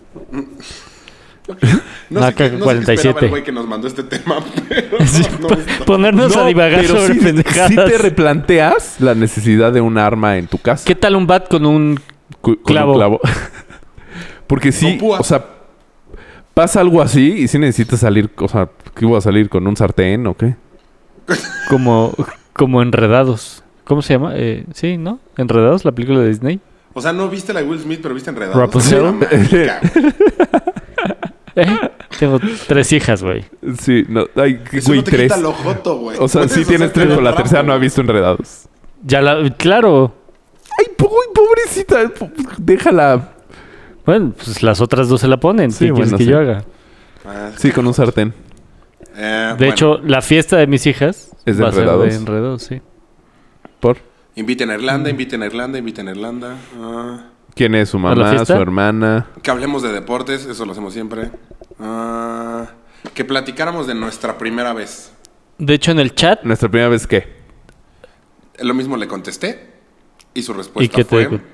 C: No
A: Una
C: sé, qué, no sé qué esperaba
A: 47.
C: el güey que nos mandó este tema, (laughs)
A: (laughs)
C: pero
A: (laughs) Sí,
C: no
A: po-
C: está.
A: ponernos a divagar
B: pero
A: sobre
B: sí-
A: pendejadas.
B: sí te replanteas la necesidad de un arma en tu casa.
A: ¿Qué tal un bat con un...
B: Cu- con
A: Clavo.
B: un (laughs) Porque sí,
C: Con púa.
B: o sea, pasa algo así y si necesitas salir, o sea, ¿qué iba a salir con un sartén o qué?
A: como, como enredados? ¿Cómo se llama? Eh, sí, ¿no? ¿Enredados? La película de Disney.
C: O sea, no viste la de Will Smith, pero viste enredado.
A: Rapunzel. (laughs) ¿Eh? Tengo tres hijas, güey.
B: Sí, no, ay,
C: Eso
B: güey,
C: no te
B: tres.
C: quita lo joto, güey.
B: O sea,
C: Puedes
B: sí tienes
C: hacerte
B: tres,
C: un
B: pero la
C: trapo.
B: tercera no ha visto enredados.
A: Ya la... Claro.
B: Ay, po- uy, pobrecita, po- déjala.
A: Bueno, pues las otras dos se la ponen.
B: Sí,
A: ¿Qué quieres
B: bueno,
A: que
B: sí.
A: yo haga?
C: Ah,
B: Sí, con un sartén.
C: eh,
A: De
C: bueno,
A: hecho, la fiesta de mis hijas
B: ¿Es de
A: va a ser
B: enredados?
A: de enredados, sí.
B: ¿Por?
C: Inviten a Irlanda, inviten a Irlanda, inviten a Irlanda. Ah,
B: ¿Quién es? ¿Su
A: la
B: mamá? ¿Su
A: fiesta?
B: hermana?
C: que hablemos de deportes, eso lo hacemos siempre. Ah, que platicáramos de nuestra primera vez.
A: De hecho, en el chat
B: ¿Nuestra primera vez qué?
C: Lo mismo le contesté y su
A: ¿Y
C: respuesta
A: qué te
C: pues fue (laughs)
A: dijo?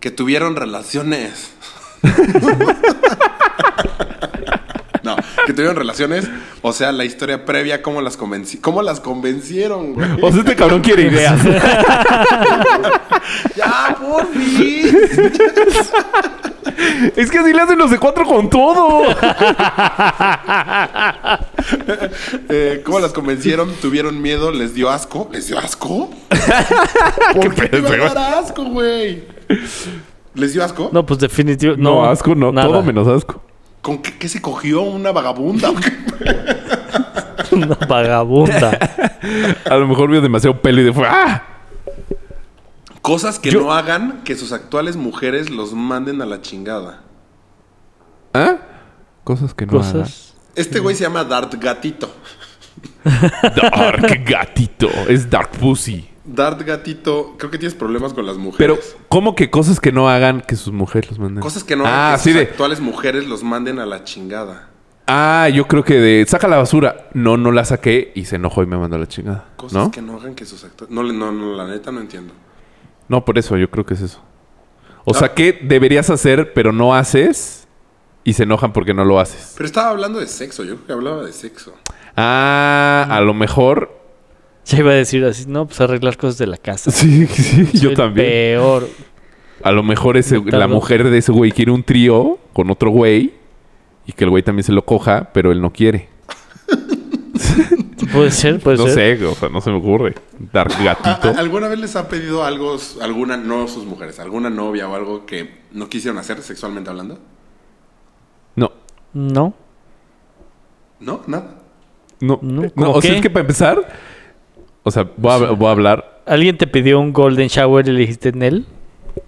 C: que tuvieron relaciones. no, que tuvieron relaciones, o sea, la historia previa, cómo las, convenci- cómo las convencieron, güey.
B: O sea, este cabrón quiere ideas.
C: ¡Ya, por fin!
B: (laughs) es que así le hacen los de cuatro con todo.
C: Eh, ¿Cómo las convencieron? ¿Tuvieron miedo? ¿Les dio asco? ¿Les dio
B: (laughs)
C: asco? ¿Por qué te iba a
B: pedo,
C: dar asco, güey? ¿Les dio asco?
A: (laughs) No, pues definitivo.
B: No,
A: No,
B: asco, no.
A: nada.
B: Todo menos asco.
C: ¿Con qué, qué se cogió una
B: (laughs)
C: vagabunda?
A: (laughs) Una
B: (laughs)
A: vagabunda. (laughs)
B: A lo mejor vio demasiado pelo y de fue ¡ah!
C: Cosas que
B: Yo-
C: no hagan que sus actuales mujeres los manden a la chingada.
B: ¿Ah? Cosas que no
A: Cosas.
C: Este güey se llama Dart Gatito.
B: haga. Dark gatito. Es dark pussy.
C: Dart Gatito, creo que tienes problemas con las
B: Pero,
C: mujeres.
B: ¿cómo que cosas que no hagan que sus mujeres los manden?
C: Cosas que no hagan
B: Ah,
C: que
B: sí
C: sus
B: de.
C: actuales mujeres los manden a la chingada.
B: Ah, yo creo que de. Saca la basura. No, no la saqué y se enojó y me mandó a la chingada.
C: Cosas
B: ¿No?
C: que no hagan que sus actuales... No, le- no, no, la neta no entiendo.
B: No, por eso yo creo que es eso. O
C: Ah.
B: sea, ¿qué deberías hacer pero no haces? Y se enojan porque no lo haces.
C: Pero estaba hablando de sexo, yo creo que hablaba de sexo.
B: Ah, a lo mejor. (laughs)
A: Ya iba a decir así, no, pues arreglar cosas de la casa.
B: Sí, sí,
A: Soy
B: yo
A: el
B: también.
A: Peor.
B: A lo mejor ese,
A: Notado.
B: la mujer de ese güey quiere un trío con otro güey y que el güey también se lo coja, pero él no quiere.
A: Puede
B: (laughs)
A: ser, puede
B: No
A: ser.
B: sé, o sea, no se me ocurre. Dar
C: ¿A- (laughs)
B: gatito.
C: a- ¿Alguna vez les ha pedido algo, s- alguna, no sus mujeres, alguna novia o algo que no quisieron hacer sexualmente hablando?
B: No,
A: No.
C: ¿No? ¿Nada?
B: no,
A: No,
B: no.
A: ¿cómo
B: o sea,
A: qué?
B: es que para empezar, o sea, voy a, voy a hablar.
A: ¿Alguien te pidió un golden shower y le dijiste en él?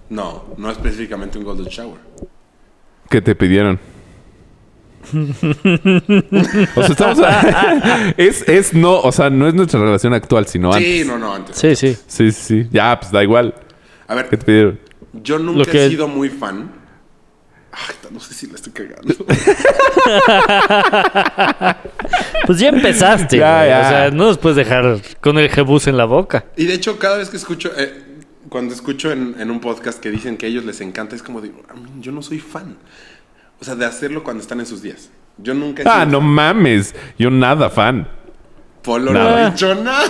C: No, no específicamente un golden shower.
B: ¿Qué te pidieron?
A: (laughs)
B: o sea, estamos. a- (laughs) es, es no, o sea, no es nuestra relación actual, sino
C: Sí,
B: antes.
C: no, no, antes.
A: Sí, sí.
B: Sí, sí, sí. Ya, pues da igual.
C: A ver,
B: ¿Qué te pidieron?
C: yo nunca
A: que-
C: he sido muy fan. Ay, no sé si la estoy cagando.
B: (laughs)
A: Pues ya empezaste.
B: (laughs) Ya,
A: güey.
B: ya.
A: O sea, no nos puedes dejar con el jebus en la boca.
C: y de hecho, cada vez que escucho, eh, cuando escucho en, en un podcast que dicen que a ellos les encanta, es como digo, "A mí, yo no soy fan. O sea, de hacerlo cuando están en sus días. Yo nunca he
B: Ah,
C: sido
B: no mames. Yo nada fan.
C: Polo no
B: Nada.
C: ha dicho nada.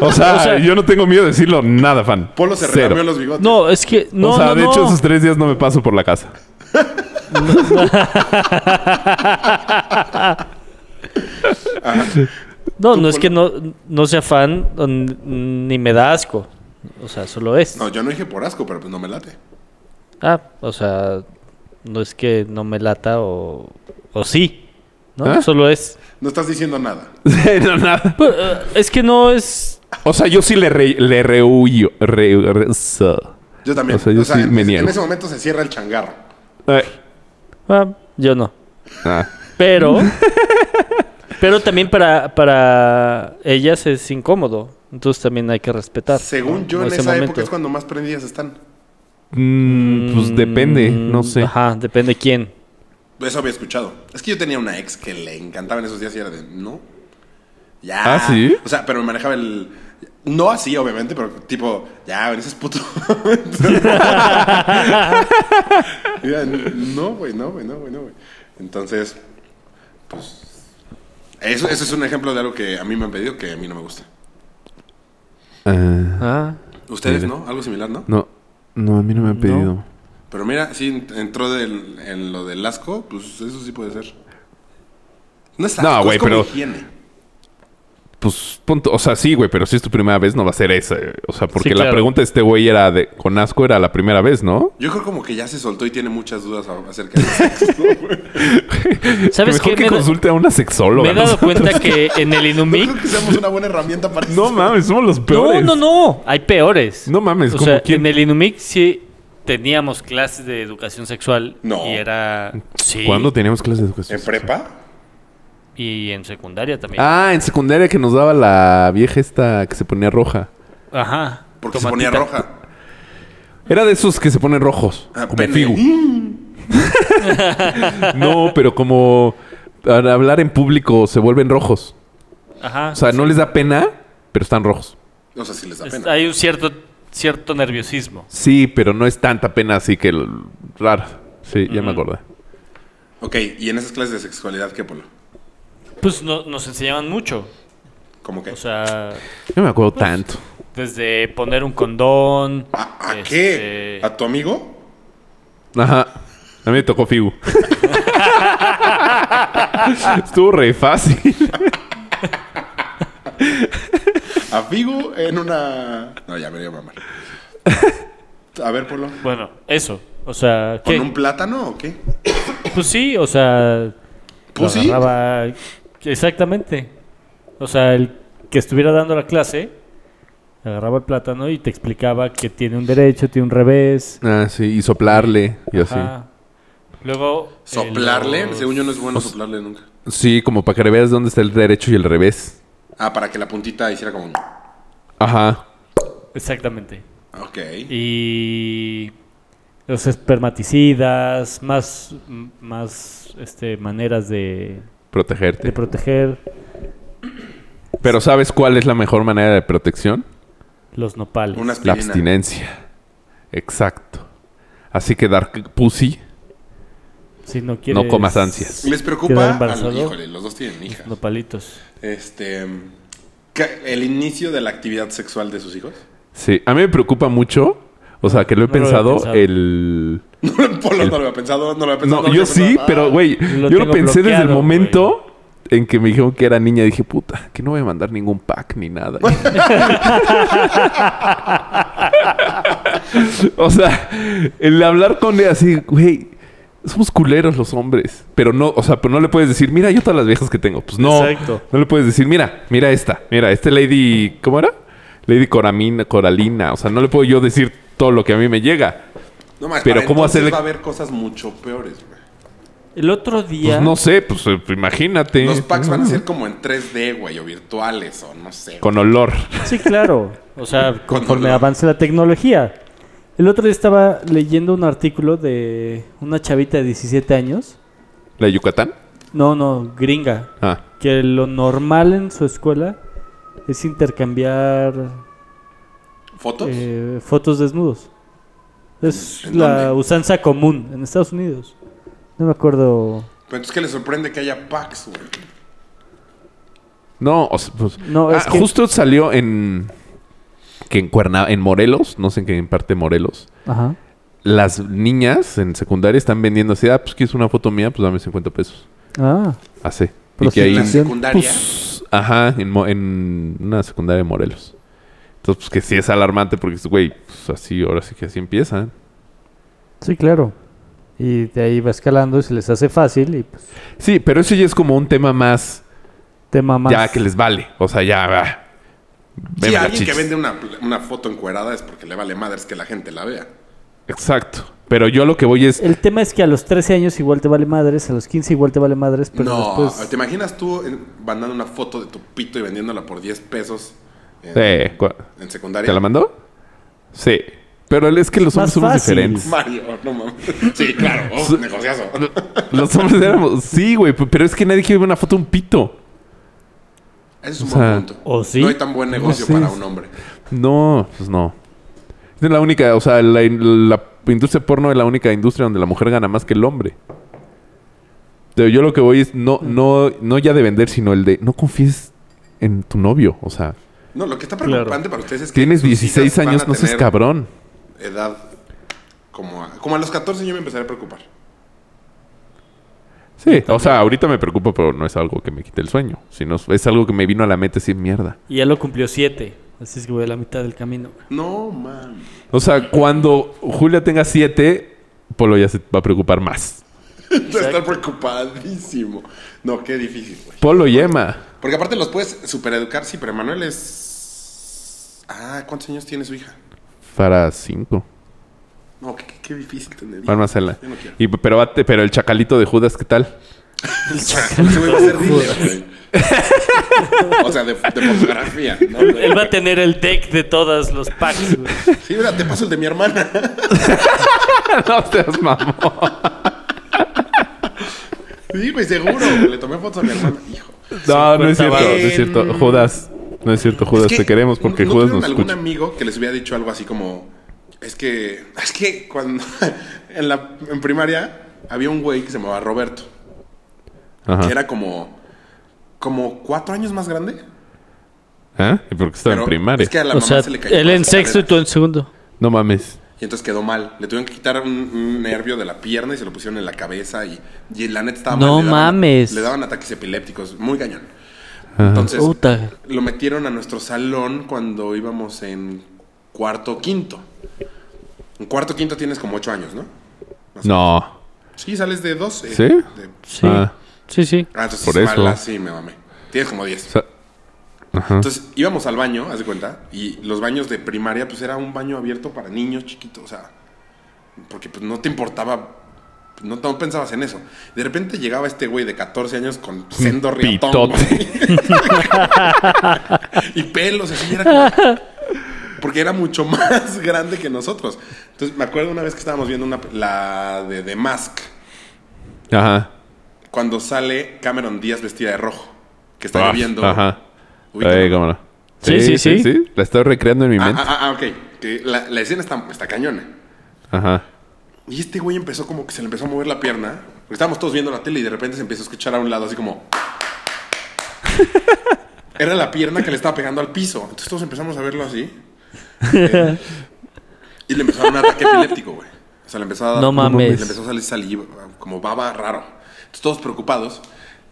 B: (laughs) O
A: (laughs)
B: sea,
A: O sea-
B: yo no tengo miedo de decirlo nada, fan.
C: Polo se
B: Cero.
C: relamió los bigotes.
A: No, es que no.
B: o sea,
A: no,
B: de hecho,
A: no.
B: esos tres días no me paso por la casa. (laughs)
A: No, no es que no, no sea fan o n- ni me da asco. O sea, solo es.
C: No, yo no dije por asco, pero pues no me late.
A: Ah, o sea, no es que no me lata o, o sí. ¿no?
B: ¿Ah?
A: Solo es...
C: No estás diciendo nada.
B: no, nada.
A: Pues, eh, es que no es...
B: O sea, yo sí le, re, le rehuyo. Re, re- so.
C: Yo también.
B: O sea, yo sí
C: en,
B: me niego.
C: en ese momento se cierra el changarro.
B: Eh,
A: ah, yo no.
B: ah. (laughs)
A: Pero... pero también para, para ellas es incómodo. Entonces también hay que respetar.
C: Según yo,
A: como
C: en
A: ese
C: esa
A: momento.
C: época es cuando más prendidas están.
B: Mm, pues depende, no sé.
A: Mm, Ajá, depende quién.
C: Eso había escuchado. Es que yo tenía una ex que le encantaban esos días y era de, no. Ya.
B: ¿Ah, sí?
C: O sea, pero me manejaba el. No así, obviamente, pero tipo, ya, ese es puto. (laughs) Era, no, güey, no, güey, no, güey, no, güey. Entonces, pues. Eso, eso es un ejemplo de algo que a mí me han pedido que a mí no me gusta.
B: Ah,
A: Ah,
C: Ustedes, ¿no? Algo similar, ¿no?
B: no, no, a mí no me han pedido.
C: Pero mira, sí ent- entró del- en lo del asco, pues eso sí puede ser. No es
B: No,
C: asco,
B: güey,
C: es como
B: pero-
C: higiene.
B: Pues punto. O sea, sí, güey, pero si es tu primera vez, no va a ser esa. eh. O sea, porque
A: Sí,
B: la
A: claro.
B: pregunta de este güey era de con asco, era la primera vez, ¿no?
C: Yo creo como que ya se soltó y tiene muchas dudas a- acerca de (laughs) sexo, ¿no, güey?
A: ¿sabes
B: (laughs) Mejor
A: qué?
B: que
A: Me da-
B: consulte a una sexóloga.
A: Me he dado
B: ¿no?
A: cuenta que en el
C: No
A: Inumic.
C: creo que seamos una buena herramienta para
B: (laughs) No
C: eso.
B: mames, somos los
A: No,
B: peores.
A: no, no. Hay peores.
B: No mames,
A: O
B: ¿cómo
A: sea,
B: quién?
A: en el Inumic sí teníamos clases de educación sexual.
C: No.
A: Y era. Sí.
B: ¿Cuándo teníamos clases de educación?
C: ¿En prepa?
A: Y en secundaria también.
B: Ah, en secundaria que nos daba la vieja esta que se ponía roja.
A: Ajá.
C: Porque se
A: Tomatita.
C: ponía roja.
B: Era de esos que se ponen rojos.
C: Ah,
B: como
C: pene. (laughs)
B: figu. No, pero como al hablar en público se vuelven rojos.
A: Ajá.
B: O sea, no les da pena, pero están rojos.
C: O sea, sí les da
A: Es-
C: pena.
A: hay un cierto, cierto nerviosismo.
B: Sí, pero no es tanta pena así que l- raro. Sí, ya me acordé.
C: Ok, y en esas clases de sexualidad, ¿qué polo?
A: Pues no- nos enseñaban mucho.
C: ¿Cómo que?
A: O sea,
B: Yo me
C: Pues,
B: acuerdo tanto.
A: desde poner un condón.
C: ¿A, a
A: este,
C: qué? ¿A tu amigo?
B: Ajá. A mí me
C: (laughs)
B: tocó Figu. Estuvo re fácil.
C: ¿A Figo en una...? No, ya me dio a mamar. A ver, Polo.
A: Bueno, eso. O sea,
C: ¿Con
A: ¿qué?
C: un plátano o qué?
A: Pues sí, o sea. lo
C: Pues sí.
A: agarraba- Exactamente. O sea, el que estuviera dando la clase agarraba el plátano y te explicaba que tiene un derecho, tiene un revés.
B: Ah, sí, y soplarle y así.
A: Ajá. Luego. eh,
C: ¿Soplarle?
A: los-
C: Según yo no es bueno soplarle nunca.
B: Sí, como para que veas dónde está el derecho y el revés.
C: Ah, para que la puntita hiciera como... un-
B: Ajá.
A: Exactamente.
C: Ok.
A: Y. Los espermaticidas, más, m- más este, maneras de,
B: Protegerte.
A: de proteger
B: Pero ¿sabes cuál es la mejor manera de protección?
A: los nopales.
C: Una
B: La
C: aspirina.
B: abstinencia. Exacto. Así que dar pussy.
A: Si no quieres.
B: No comas ansias.
C: ¿Les
A: quedar
C: preocupa?
A: embarazado,
C: al- híjole, los dos tienen hijas.
A: Nopalitos.
C: Este. ca- El inicio de la actividad sexual de sus hijos. (laughs)
B: Sí, a mí me preocupa mucho. O sea, que lo he
A: No lo había
B: pensado,
A: pensado.
B: el...
C: Polo no lo había pensado, no lo había pensado.
B: No,
C: lo
B: yo
C: había
B: sí,
C: pensado. Ah,
B: pero, güey,
A: Lo
B: yo lo
A: tengo
B: pensé desde el
A: bloqueado,
B: momento en que me dijeron que era niña. Dije, puta, que no voy a mandar ningún pack
C: (laughs)
B: ni nada. (laughs) o sea, el hablar con él así, güey, somos culeros los hombres. Pero no, o sea, pero no le puedes decir, mira, yo todas las viejas que tengo. Pues no,
A: Exacto.
B: no le puedes decir, mira, mira esta, mira, esta Lady, ¿cómo era? Lady Coramina, Coralina. O sea, no le puedo yo decir todo lo que a mí me llega.
C: No más,
B: pero
C: pero
B: ¿cómo
C: ¿cómo hacerle?
B: hacerle-
C: Va a haber cosas mucho peores, güey.
A: El otro día.
B: Pues no sé, pues eh, imagínate.
C: Los packs van a
B: No.
C: ser como en 3D, güey, o virtuales, o no sé.
B: Con olor.
A: Sí, claro. O
B: (laughs)
A: sea,
C: Con
A: conforme
C: dolor.
A: avance la tecnología. El otro día estaba leyendo un artículo de una chavita de 17 años.
B: ¿La de Yucatán?
A: No, no, gringa.
B: Ah.
A: Que lo normal en su escuela es intercambiar
C: ¿Fotos?
A: eh, fotos desnudos. Es
C: ¿En
A: la
C: dónde?
A: usanza común en Estados Unidos. No me acuerdo.
C: Pero entonces, ¿qué le sorprende que haya packs, güey?
B: No, o sea, pues.
A: No,
B: Ah,
A: es que-
B: Justo salió en. Que en Cuerna, en Morelos, no sé en qué parte de Morelos.
A: Ajá.
B: Las niñas en secundaria están vendiendo así, ah, pues quieres una foto mía, pues dame 50 pesos.
A: Ah,
B: Así. Y que
C: En la
B: ahí.
A: Prostitución.
C: secundaria.
B: pues, ajá, en, Mo- en una secundaria de Morelos. Entonces, pues que sí es alarmante porque, güey, pues así, ahora sí que así empiezan.
A: sí, claro. Y de ahí va escalando, se les hace fácil y pues
B: Sí, pero eso ya es como un tema más,
A: tema más.
B: Ya que les vale. O sea, ya. va.
C: Si
B: Veme las
C: alguien que
B: chichis.
C: vende una, una foto encuerada es porque le vale madres que la gente la vea.
B: Exacto. Pero yo lo que voy es.
A: El tema es que a los 13 años igual te vale madres, a los 15 igual te vale madres, pero
C: no,
A: después...
C: ¿te imaginas tú eh, mandando una foto de tu pito y vendiéndola por 10 pesos en,
B: Eh, cu-
C: en secundaria?
B: ¿Te la mandó? Sí. Pero es que los hombres
A: Más
B: somos
A: fácil.
B: diferentes.
C: Mario, no mames. Sí, claro, oh,
B: Su-
C: negociazo.
B: Los hombres éramos. Sí, güey. p- Pero es que nadie quiere ver una foto de un pito.
C: Ese es un
B: O sea,
C: buen punto.
A: ¿o sí?
C: No hay tan buen negocio
B: sé.
C: para un hombre.
B: No, pues no. Es la única. O sea, la, in- la industria porno es la única industria donde la mujer gana más que el hombre. Pero yo lo que voy es no,
A: Mm.
B: no, no ya de vender, sino el de no confíes en tu novio. O sea,
C: No, lo que está
A: Claro.
C: preocupante para ustedes es que.
B: tienes
C: sus hijas
B: 16
C: van a
B: años, no seas
C: tener
B: cabrón.
C: Edad. Como a, como a los 14 yo me empezaré a preocupar.
B: Sí, o sea, ahorita me preocupa, pero no es algo que me quite el sueño, sino es algo que me vino a la mente sin mierda.
A: Y ya lo cumplió 7, así es que voy a la mitad del camino.
C: No, (laughs) man.
B: O sea, cuando Julia tenga siete, Polo ya se va a preocupar más.
C: Está preocupadísimo. No, qué difícil, güey.
B: Polo y Emma.
C: Porque aparte los puedes supereducar, sí, pero Emanuel es. Ah, ¿cuántos años tiene su hija?
B: Para cinco.
C: No, qué, qué- qué difícil tener. hijos.
B: Van a hacerla.
C: Yo no quiero.
B: Y, pero, va- pero el chacalito de Judas, ¿qué tal? (laughs)
C: Ese güey va a ser dealer, güey. O sea, de, de fotografía. ¿no?
A: Él va a tener el deck de todos los packs, güey.
C: Sí, mira, te paso el de mi hermana. (laughs)
B: no seas mamón.
C: Sí, pues seguro. Le tomé fotos a mi hermana. Hijo.
B: No, no es cierto, no
C: varos.
B: es cierto. Judas, no es cierto, Judas,
C: Es que
B: te queremos porque
C: ¿no
B: Judas
C: tuvieron
B: nos
C: algún
B: escucha.
C: amigo que les hubiera dicho algo así como es que es que cuando (laughs) en la en primaria había un güey que se llamaba Roberto,
B: Ajá. Ah.
C: que era como como cuatro años más grande.
B: ¿Eh? ¿Y por qué estaba en
C: pero
B: primaria?
C: Es que a (laughs) la
A: O
C: mamá
A: sea,
C: se le cayó
A: él
C: las
A: en sexto y tú
C: carreras,
A: en segundo.
B: No mames.
C: y entonces quedó mal. Le tuvieron que quitar un, un nervio de la pierna y se lo pusieron en la cabeza y, y la neta estaba
A: No
C: mal. le daban-
A: mames.
C: Le daban ataques epilépticos, muy cañón.
B: Ah,
C: Entonces,
A: Puta.
C: lo metieron a nuestro salón cuando íbamos en cuarto quinto. En cuarto quinto tienes como ocho años, ¿no?
B: No.
C: Sí, sales de 12.
B: ¿Sí?
C: De-
A: Sí.
B: Ah.
A: Sí, sí.
C: Ah, entonces
B: Por
C: es
B: eso.
C: mala, sí, me mamé. Tienes como 10.
B: O sea,
C: Entonces íbamos al baño, haz de cuenta, y los baños de primaria, pues era un baño abierto para niños chiquitos, o sea, porque pues no te importaba, no, no pensabas en eso. De repente llegaba este güey de 14 años con sendo riatón.
B: pitote.
C: güey. (laughs) y pelos, así era como- Porque era mucho (laughs) más grande que nosotros. Entonces me acuerdo una vez que estábamos viendo una, la de The Mask.
B: Ajá.
C: cuando sale Cameron Díaz vestida de rojo, que está
B: Ah,
C: lloviendo.
B: Ajá.
C: Ubícalo.
B: Ay, cómo no.
A: Sí, sí, sí.
B: La estoy recreando en mi
C: Ah,
B: mente.
C: ah, ah, ok. Que la, la escena está, está cañona.
B: Ajá.
C: Y este güey empezó como que se le empezó a mover la pierna. Porque estábamos todos viendo la tele y de repente se empieza a escuchar a un lado
A: (laughs)
C: así como... Era la pierna que le estaba pegando al piso. Entonces todos empezamos a
A: (laughs)
C: verlo así. Eh, y le empezó a dar un ataque epiléptico, güey. O sea, le empezó a dar...
A: No mames.
C: Le empezó a salir saliva, como baba raro. Entonces todos preocupados.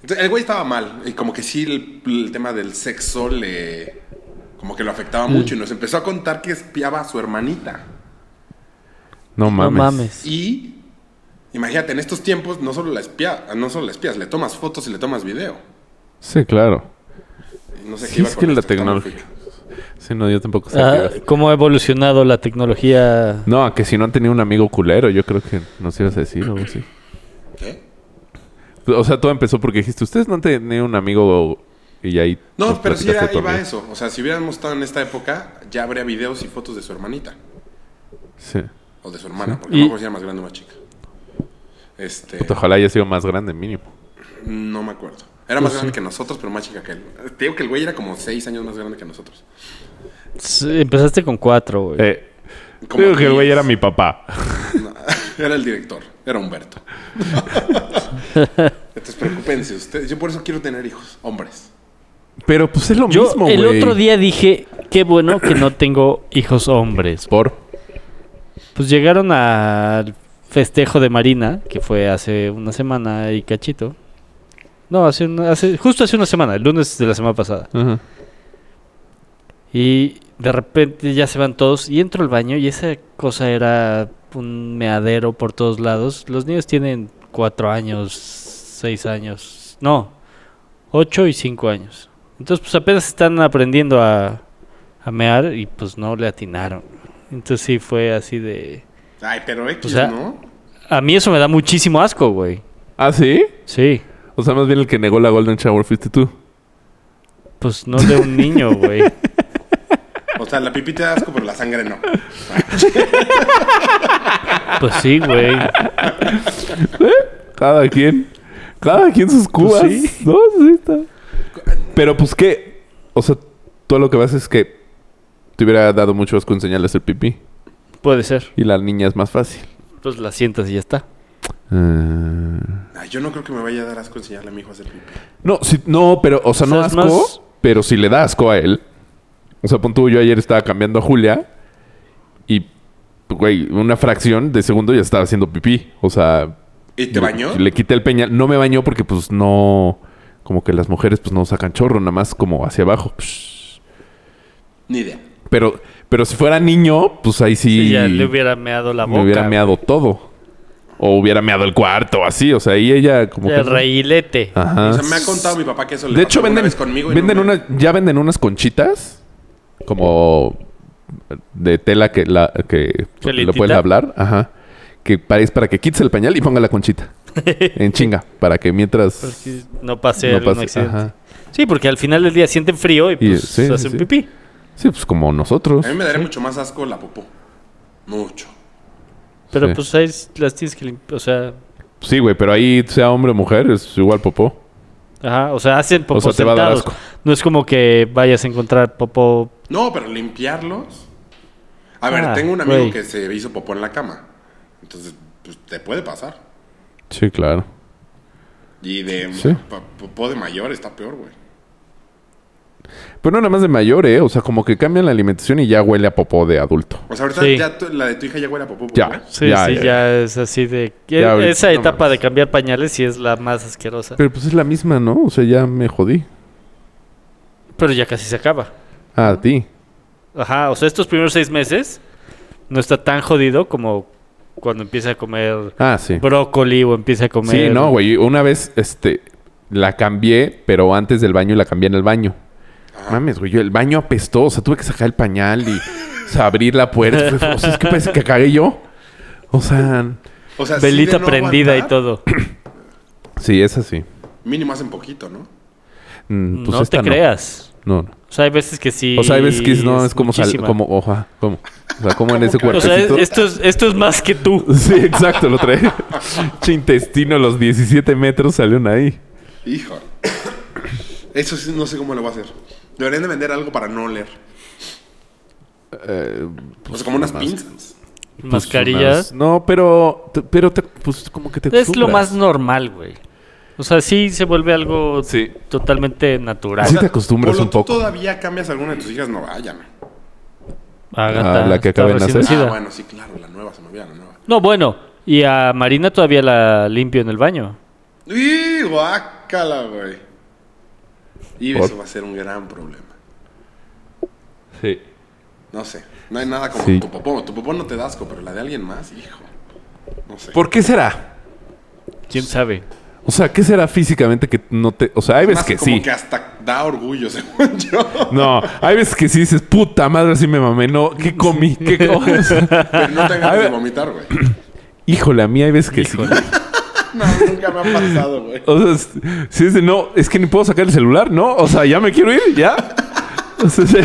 C: Entonces, el güey estaba mal. Y como que sí, el, el tema del sexo le... Como que lo
A: Mm.
C: afectaba mucho. Y nos empezó a contar que espiaba a su hermanita.
B: No
A: No
B: mames.
A: mames.
C: Y imagínate, en estos tiempos no solo la espía, ah, no solo la espías, le tomas fotos y le tomas video.
B: Sí, claro.
C: No sé
B: Sí,
C: qué iba
B: es
C: con
B: que la
C: esto, está muy
B: tecnología-
C: freak.
B: Sí, no, yo tampoco sé
A: Ah,
B: qué iba a-
A: ¿Cómo ha evolucionado la tecnología?
B: No, que si no han tenido un amigo culero, yo creo que nos ibas a decir algo así.
C: ¿Qué?
B: O sea, todo empezó porque dijiste, ustedes no han tenido un amigo y ahí...
C: No,
B: nos
C: pero sí iba,
B: platicaste de tu
C: iba
B: amigo.
C: eso. O sea, si hubiéramos estado en esta época, ya habría videos y fotos de su hermanita.
B: Sí.
C: O de su hermana, porque
A: Y-
C: a lo mejor sí era más grande o más chica. Este.
B: Puta, Ojalá haya sido más grande, mínimo.
C: No me acuerdo. Era
B: Pues
C: más grande que nosotros, pero más chica que él. Te digo que el güey era como seis años más grande que nosotros.
A: Sí, Empezaste con cuatro, güey.
B: Eh,
C: Como
B: digo que el güey
C: diez.
B: era mi papá.
C: No, (laughs) era el director,
A: (laughs)
C: era Humberto. Entonces, preocupense ustedes. Yo por eso quiero tener hijos, hombres.
B: Pero pues es lo
A: Yo
B: mismo,
A: el
B: güey.
A: otro día dije, qué bueno que no tengo hijos hombres.
B: Por...
A: Pues llegaron al festejo de Marina, que fue hace una semana y cachito. No, hace, una- hace justo hace una semana, el lunes de la semana pasada.
B: Ajá.
A: Y de repente ya se van todos y entro al baño y esa cosa era un meadero por todos lados. Los niños tienen cuatro años, seis años, no, ocho y cinco años. Entonces, pues apenas están aprendiendo a, a mear y pues no le atinaron. Entonces sí fue así de...
C: Ay, pero X,
A: O sea-
C: ¿no?
A: A mí eso me da muchísimo asco, güey.
B: ¿Ah, sí?
A: Sí.
B: O sea, más bien el que negó la Golden Shower fuiste tú.
A: Pues no de un
B: (laughs)
A: niño, güey.
C: O sea, la pipí te da asco, pero la sangre no.
A: Pues sí, güey.
B: Cada quien. Cada quien sus cubas.
A: Pues sí.
B: (laughs) No, sí está. Pero pues qué. O sea, todo lo que vas es que te hubiera dado mucho asco enseñarles el pipí.
A: Puede ser.
B: Y la niña es más fácil.
A: Pues la sientas y ya está.
B: Ah.
C: Ay, yo no creo que me vaya a dar asco enseñarle a mi hijo a hacer pipí.
B: No, sí, no, pero, o sea,
A: O
B: no
A: sea, es
B: asco,
A: más-
B: pero si le da asco a él. O sea, pon tú, yo ayer estaba cambiando a Julia y, güey, una fracción de segundo ya estaba haciendo pipí. O sea,
C: ¿Y te bañó?
B: Le quité el peñal. No me bañó porque, pues, no. Como que las mujeres, pues, no sacan chorro, nada más como hacia abajo. Psh.
C: Ni idea.
B: Pero, pero si fuera niño, pues ahí sí.
A: Y ya le hubiera meado la boca.
B: me hubiera meado todo. O hubiera meado el cuarto, así. O sea, ahí ella como.
A: El
B: que-
A: reilete.
B: Ajá.
C: O sea,
A: Ah,
C: me ha contado mi papá que eso le
B: De
C: pasó
B: hecho,
C: alguna
B: venden,
C: vez conmigo y
B: venden
C: no me-
B: unas, ya venden unas conchitas como de tela que, la, que
A: Felitita.
B: le puedes hablar, ajá, que para, es para que quites el pañal y ponga la
A: (laughs)
B: conchita en chinga, para que mientras
A: Porque Pues no pase
B: no
A: algún
B: pase-
A: accidente.
B: ajá.
A: Sí, porque al final del día sienten frío y pues
B: sí, sí,
A: hacen
B: sí.
A: pipí.
B: Sí, pues como nosotros.
C: A mí me daría mucho más asco la popó. Mucho.
A: Pero
B: Sí.
A: pues ahí es- las tienes que limpiar. O sea,
B: Sí, güey, pero ahí sea hombre o mujer es igual popó.
A: ajá, o sea, hacen popó
B: O sea, te va a dar
A: sentados.
B: asco.
A: No es como que vayas a encontrar popó.
C: No, pero limpiarlos. A ver,
A: Ah,
C: tengo un amigo
A: güey.
C: que se hizo popó en la cama. Entonces, pues te puede pasar.
B: Sí, claro.
C: Y de
B: Sí.
C: pa- popó de mayor está peor, güey.
B: Pero no nada más de mayor, ¿eh? O sea, como que cambian la alimentación y ya huele a popó de adulto.
C: O sea, ahorita
A: Sí.
C: ya tu- la de tu hija ya huele a popó.
B: Ya.
C: güey.
A: Sí,
B: Ya,
A: sí,
B: ya,
A: ya,
B: ya.
A: es así de. e,
B: Ya, ahorita,
A: esa
B: no
A: etapa de
B: mames.
A: cambiar pañales sí es la más asquerosa.
B: Pero pues es la misma, ¿no? O sea, ya me jodí.
A: Pero ya casi se acaba.
B: Ah, a ti.
A: Ajá, o sea, estos primeros seis meses no está tan jodido como cuando empieza a comer
B: Ah, sí.
A: brócoli o empieza a comer.
B: Sí, no, güey. Una vez, este, la cambié, pero antes del baño y la cambié en el baño. Mames, güey. yo- El baño apestó. O sea, tuve que sacar el pañal y o sea, abrir la puerta. Fue- O sea, es que parece que cagué yo. O sea,
C: O sea, sí de
A: Velita
C: no
A: prendida y
C: aguantar,
B: (clears throat)
A: todo.
B: Pues sí, es así.
C: Mínimo hacen poquito, ¿no?
B: Mm, pues
A: no
B: esta
A: te creas.
B: No, no.
A: O sea, hay veces que sí.
B: O sea, hay veces que es- no, es como, sal-
A: muchísima.
B: como, oja, como, o sea, como en
A: (laughs)
B: ese
A: O sea, es-
B: cuerpecito. Pues
A: esto es, esto es más que tú.
B: (laughs) Sí, exacto, lo trae. (laughs) Che intestino, los 17 metros salieron ahí.
C: Híjole. (coughs) Eso sí, no sé cómo lo voy a hacer. Deberían de vender algo para no oler.
B: Eh,
C: O sea, como unas
B: más-
C: pinzas.
B: pues,
A: Mascarillas.
B: unas- No, pero, te- pero te- pues como que te
A: Es lo
B: acostumbras.
A: más normal, güey. O sea, sí se vuelve algo
B: Sí.
A: totalmente natural.
B: Sí te acostumbras
C: Polo,
B: un poco.
C: ¿tú todavía cambias a alguna de tus hijas? No, vayan.
A: Agatha
B: Ah, la que
A: está
B: acaba de
A: recién
B: nacer.
C: Ah,
A: nacida.
C: bueno, sí, claro, la nueva, se me olvida la nueva.
A: No, bueno. Y a Marina todavía la limpio en el baño.
C: ¡Y guácala, güey! Y
B: Por-
C: eso va a ser un gran problema.
B: Sí.
C: No sé, no hay nada como
B: Sí.
C: tu popó. Tu popó no te da asco, pero la de alguien más, hijo. No sé.
B: ¿Por qué será?
A: ¿Quién sabe?
B: O sea, ¿qué será físicamente que no te... O sea, hay veces
C: Más
B: que
C: como
B: sí.
C: que hasta da orgullo, (laughs) según yo. (laughs)
B: No, hay veces que sí dices, puta madre, así me mamé. No, ¿qué comí? ¿Qué
A: (laughs)
B: cosa?
C: Pero no te
B: Ay,
C: ganas de
B: ve-
C: vomitar,
B: (clears throat)
C: güey.
B: (laughs) Híjole, a mí hay veces que sí.
C: No, nunca me ha pasado, güey.
B: O sea, es- si es de, no, es que ni puedo sacar el celular, ¿no? O sea, ya me quiero ir,
C: (laughs)
B: ya. O sea, sí.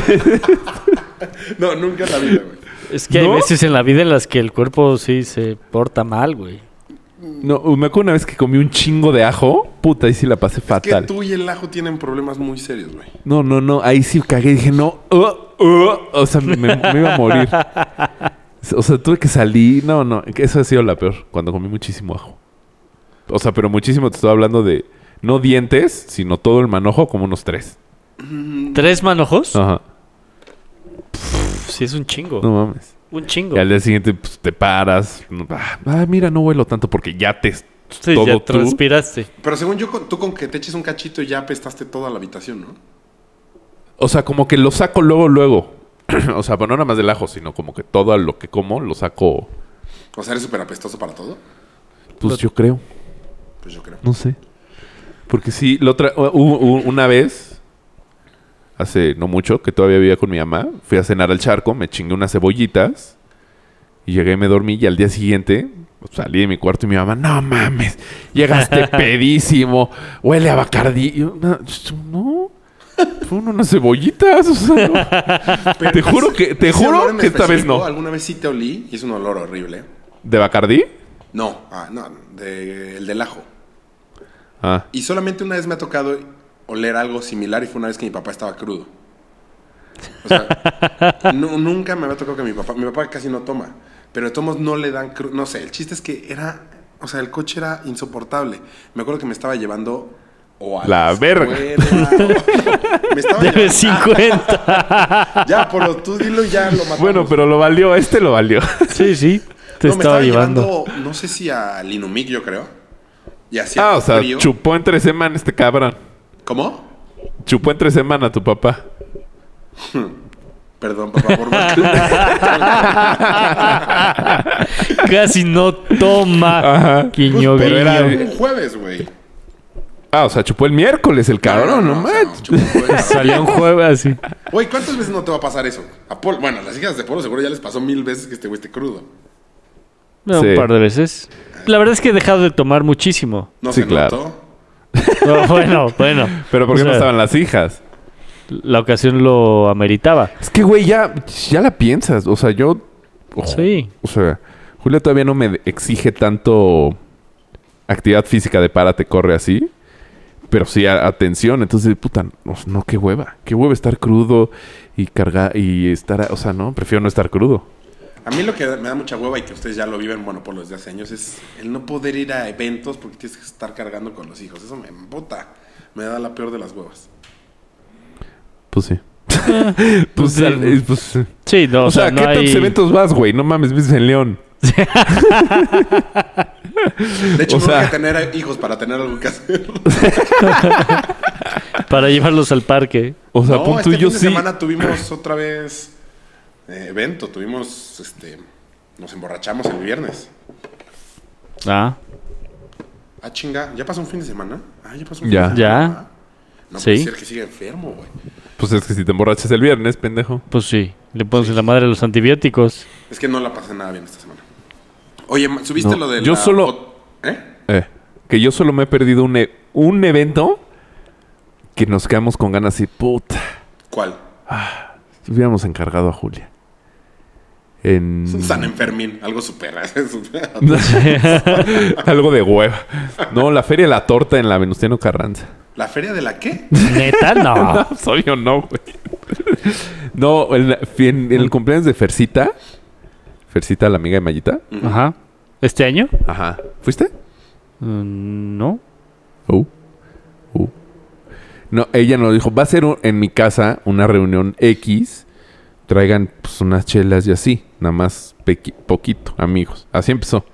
C: No, nunca en la vida, güey.
A: Es que
B: ¿No?
A: hay veces en la vida en las que el cuerpo sí se porta mal, güey.
B: No, me acuerdo una vez que comí un chingo de ajo. Puta, ahí sí la pasé
C: Que
B: fatal.
C: tú y el ajo tienen problemas muy serios, güey.
B: No, no, no. Ahí sí cagué y dije, no. uh, uh, o sea, me, me iba a morir. O sea, tuve que salir. No, no. Eso ha sido la peor. Cuando comí muchísimo ajo. O sea, pero muchísimo. Te estaba hablando de no dientes, sino todo el manojo, como unos tres.
A: ¿Tres manojos?
B: Ajá.
A: Pff, sí, es un chingo.
B: No mames.
A: Un chingo.
B: Y al día siguiente, pues te paras. No, ah, ah, mira, no huelo tanto porque ya te.
A: Sí,
B: todo
A: ya
B: tú.
A: transpiraste.
C: Pero según yo, con- tú con que te eches un cachito ya apestaste toda la habitación, ¿no?
B: O sea, como que lo (clears throat) saco luego, luego. o sea, pero no nada más del ajo, sino como que todo lo que como lo saco
C: O sea, eres súper apestoso para todo.
B: Pues yo creo.
C: Pues yo creo.
B: No sé. Porque sí, la otra, hubo- hubo una vez, hace no mucho, que todavía vivía con mi mamá, fui a cenar al charco, me chingué unas cebollitas y llegué y me dormí y al día siguiente pues, salí de mi cuarto y mi mamá, no mames, llegaste pedísimo, huele a bacardí. Y yo, "No, no, fueron unas cebollitas. o sea, no". (laughs) Te juro que- te
C: Ese
B: juro
C: olor en
B: que esta vez
C: específico,
B: no.
C: Alguna vez sí te olí y es un olor horrible.
B: ¿De bacardí?
C: No, ah, no, de- el del ajo.
B: Ah,
C: Y solamente una vez me ha tocado oler algo similar y fue una vez que mi papá estaba crudo. O
B: (laughs)
C: sea, nu- nunca me había tocado que mi papá, mi papá casi no toma, pero de todos modos no le dan crudo, no sé, el chiste es que era, o sea, el coche era insoportable. Me acuerdo que me estaba llevando o a
B: La
C: la
B: verga.
C: escuela, o- me
B: (laughs)
C: estaba
A: Debe
C: llevando,
A: 50.
C: ya, por lo tú dilo y ya lo matamos.
B: bueno, pero lo valió, este lo valió.
A: (laughs) Sí, sí. Te
C: No, me
A: estaba llevando.
C: no sé si a Linumic, yo creo. Y hacía
B: Ah, o sea,
C: frío.
B: chupó en tres semanas este cabrón.
C: ¿Cómo?
B: Chupó en tres semanas tu papá.
C: Perdón, papá, (laughs) por mal.
A: Casi no toma.
B: Ajá.
A: Guiño,
B: Pues, Pero
A: guiño.
B: era-
C: Un jueves, güey.
B: Ah, o sea, chupó el miércoles el cabrón, no,
C: o sea,
B: manches.
C: chupó un jueves.
A: Salió un jueves así.
C: Güey, ¿cuántas veces no te va a pasar eso? A Paul- bueno, a las hijas de Polo seguro ya les pasó mil veces que este güey esté crudo.
A: No,
B: Sí.
A: Un par de veces. La verdad es que he dejado de tomar muchísimo.
C: No
B: Sí,
C: se
B: claro.
C: notó.
A: No, (laughs) bueno, bueno.
B: Pero ¿por qué
A: O
B: no
A: sea,
B: estaban las hijas?
A: La ocasión lo ameritaba.
B: Es que, güey, ya, ya la piensas. O sea, yo... Ojo.
A: Sí.
B: O sea, Julia todavía no me exige tanto actividad física de párate, corre así. Pero sí a- atención. Entonces, puta, no, no, qué hueva. Qué hueva estar crudo y cargar y estar... O sea, no, prefiero no estar crudo.
C: A mí lo que me da mucha hueva y que ustedes ya lo viven, bueno, por los de hace años, es el no poder ir a eventos porque tienes que estar cargando con los hijos. Eso me puta. Me da la peor de las huevas.
B: Pues sí.
A: Pues
B: (laughs) pues,
A: sí.
B: al- eh, pues, sí.
A: Sí, no,
B: O, sea,
A: no
B: ¿qué
A: hay...
B: tantos eventos vas, güey? No mames, vives en León.
C: De hecho,
B: O
C: no
B: sea-
C: hay que tener hijos para tener algo que
B: (laughs)
C: hacer.
A: Para llevarlos al parque.
B: O sea,
C: no,
B: pon
C: este
B: tú y
C: fin
B: yo
C: de
B: sí.
C: semana tuvimos otra vez eh, evento, tuvimos, este, nos emborrachamos el viernes.
A: Ah,
C: Ah, chinga, ¿ya pasó un fin de semana? Ah, ya pasó un
B: Ya.
C: fin de semana.
A: Ya.
C: Ah, No
A: Sí.
C: puede ser que siga enfermo, güey.
B: Pues es que si te emborrachas el viernes, pendejo.
A: pues sí. Le pones en la madre los
B: (laughs)
A: antibióticos.
C: Es que no la pasé nada bien esta semana. Oye, ma- ¿subiste
B: No,
C: lo de
B: yo
C: la
B: solo-
C: fo- ¿Eh?
B: Eh, que yo solo me he perdido un, e- un evento que nos quedamos con ganas y puta.
C: ¿Cuál?
B: Si hubiéramos encargado a Julia. (laughs) En...
C: San Enfermín, algo súper. (laughs)
B: Algo de hueva. No, la feria de la torta en la Venustiano (laughs) Carranza.
C: ¿La feria de la qué?
A: Neta, no.
B: Soy o Ah, pues no, güey. No, en, la- en- en el cumpleaños de Fercita. Fercita, la amiga de Mayita.
A: (laughs) Ajá. ¿Este año?
B: Ajá. ¿Fuiste?
A: Mm, No.
B: Uh. Uh. No, ella nos dijo, va a ser un- en mi casa una reunión X, traigan pues, unas chelas y así, nada más pequi- poquito, amigos. Así empezó.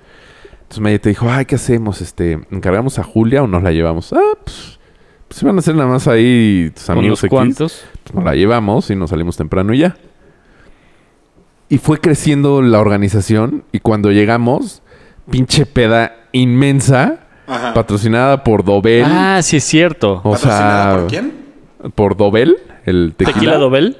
B: Entonces Maya te dijo, ay, ¿qué hacemos? Este, ¿encargamos a Julia o nos la llevamos? Ah, pues, pues van a ser nada más ahí tus
A: ¿Con
B: amigos
A: los
B: X.
A: cuantos?
B: Pues nos la llevamos y nos salimos temprano y ya. Y fue creciendo la organización y cuando llegamos, pinche peda inmensa,
C: Ajá.
B: patrocinada por Dobel.
A: Ah, sí es cierto.
B: O
C: ¿Patrocinada
B: sea,
C: por quién?
B: por Dobel, el tequila.
A: ¿Tequila Dobel?